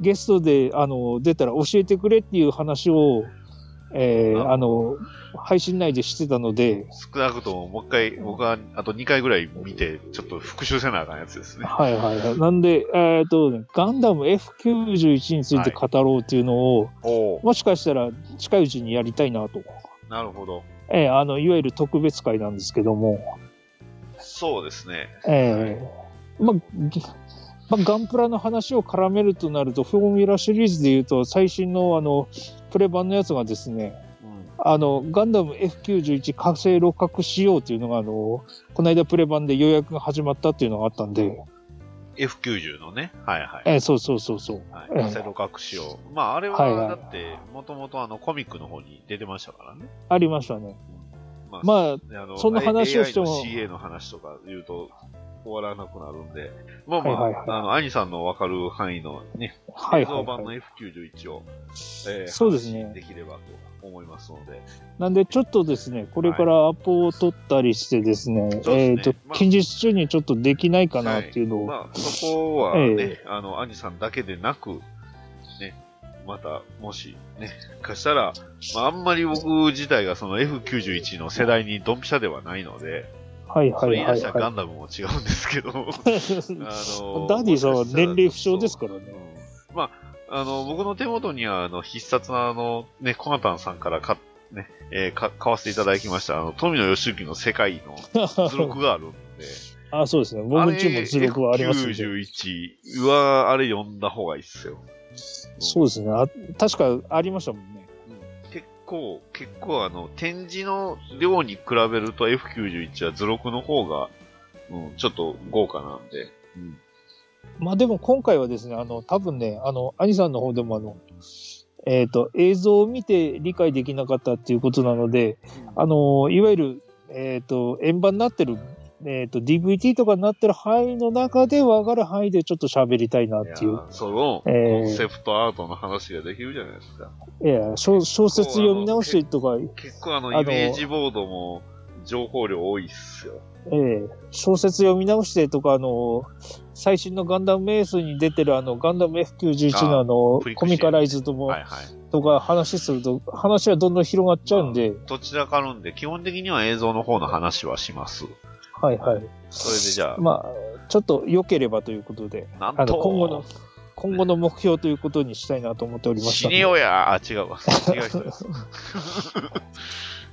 ゲストで、あの、出たら教えてくれっていう話を、ええああの、配信内でしてたので、少なくとも、もう一回、僕はあと2回ぐらい見て、ちょっと復習せなあかんやつですね。はいはいはい。なんで、えっとね、ガンダム F91 について語ろうっていうのを、おお、もしかしたら近いうちにやりたいなと。なるほど。ええあの、いわゆる特別会なんですけども、そうですね。ええまあ、ぎまあ、ガンプラの話を絡めるとなると、フォーミュラシリーズで言うと、最新のあの、プレ版のやつがですね、うん。あの、ガンダム F91 火星六角仕様っていうのが、あの、この間プレ版で予約が始まったっていうのがあったんで、 F90 のね。はいはい。ええそうそうそうそう。はいええ。カセロ学仕様。まあ、あれはいは、はだいって、もともとあの、コミックの方に出てましたからね。ありましたね。まあ、まあ、ねあのそんな話をしても AI の CA の話とか言うと、終わらなくなるんで、まあまあ、はいはいはあの、兄さんのわかる範囲のね、はい映は像い、版はのい。 F91 を、えーそうですね発信できればと思いますので、なんで、ちょっとですね、これからアポを取ったりしてですね、すねえっ、と、まあ近日中にちょっとできないかなっていうのを、まあ、そこはね、えあの、兄さんだけでなく、ね、また、もし、ね、かしたら、まあ、あんまり僕自体がその F91 の世代にドンピシャではないので、はいはそれい言いは出い、したらガはンダムも違うんですけど、あい。 のダディさんは年齢不詳ですかからね。まあ、あの、僕の手元には、あの、必殺な、あの、ね、コナタンさんからか、ね、えーか、買わせていただきました、あの、富野義行の世界の図録があるんで、あ、そうですね。 僕んちも実力はありますんで。 91は、あれ読んだ方がいいっすよ。そうですねあ。確かありましたもんね。うん結構、結構あの、展示の量に比べると F91 は図録の方が、うん、ちょっと豪華なんで、うんまあでも今回はですね、あの、多分ね、あの、兄さんの方でもあの、えっ、と、映像を見て理解できなかったっていうことなので、あの、いわゆる、えっ、と、円盤になってる、えっ、と、DVD とかになってる範囲の中で分かる範囲でちょっと喋りたいなっいやていう。ーその、えーコンセプトアートの話ができるじゃないですか。いや、小小説読み直してとか、結構ああの、のイメージボードも情報量多いっすよ。ええ小説読み直してとか、あの、最新のガンダムエースに出てるあの、ガンダム F91 のあのあプリ、クコシアミカライズとも、はいはい。とか話すると、話はどんどん広がっちゃうんで、どちらかるんで、基本的には映像の方の話はします。はいはい。それでじゃあ、まあ、ちょっと良ければということで、なんあとの、今後の、今後の目標ということにしたいなと思っておりました死んで。ねよやあ、違うわ。違う人です。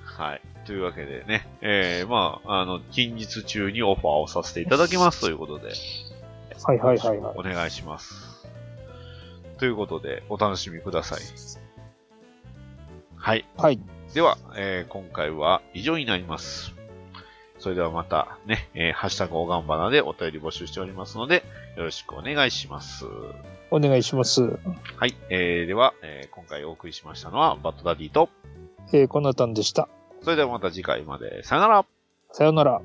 はい。というわけでね、えー、まあ、あの、近日中にオファーをさせていただきますということで、はいはいはいはい。お願いします。ということで、お楽しみください。はい。はい。では、えー今回は以上になります。それではまたね、えーハッシュタグおがんばなでお便り募集しておりますので、よろしくお願いします。お願いします。はい。えーでは、えー今回お送りしましたのは、バッドダディと、えー、こんなたんでした。それではまた次回まで。さよならさようなら。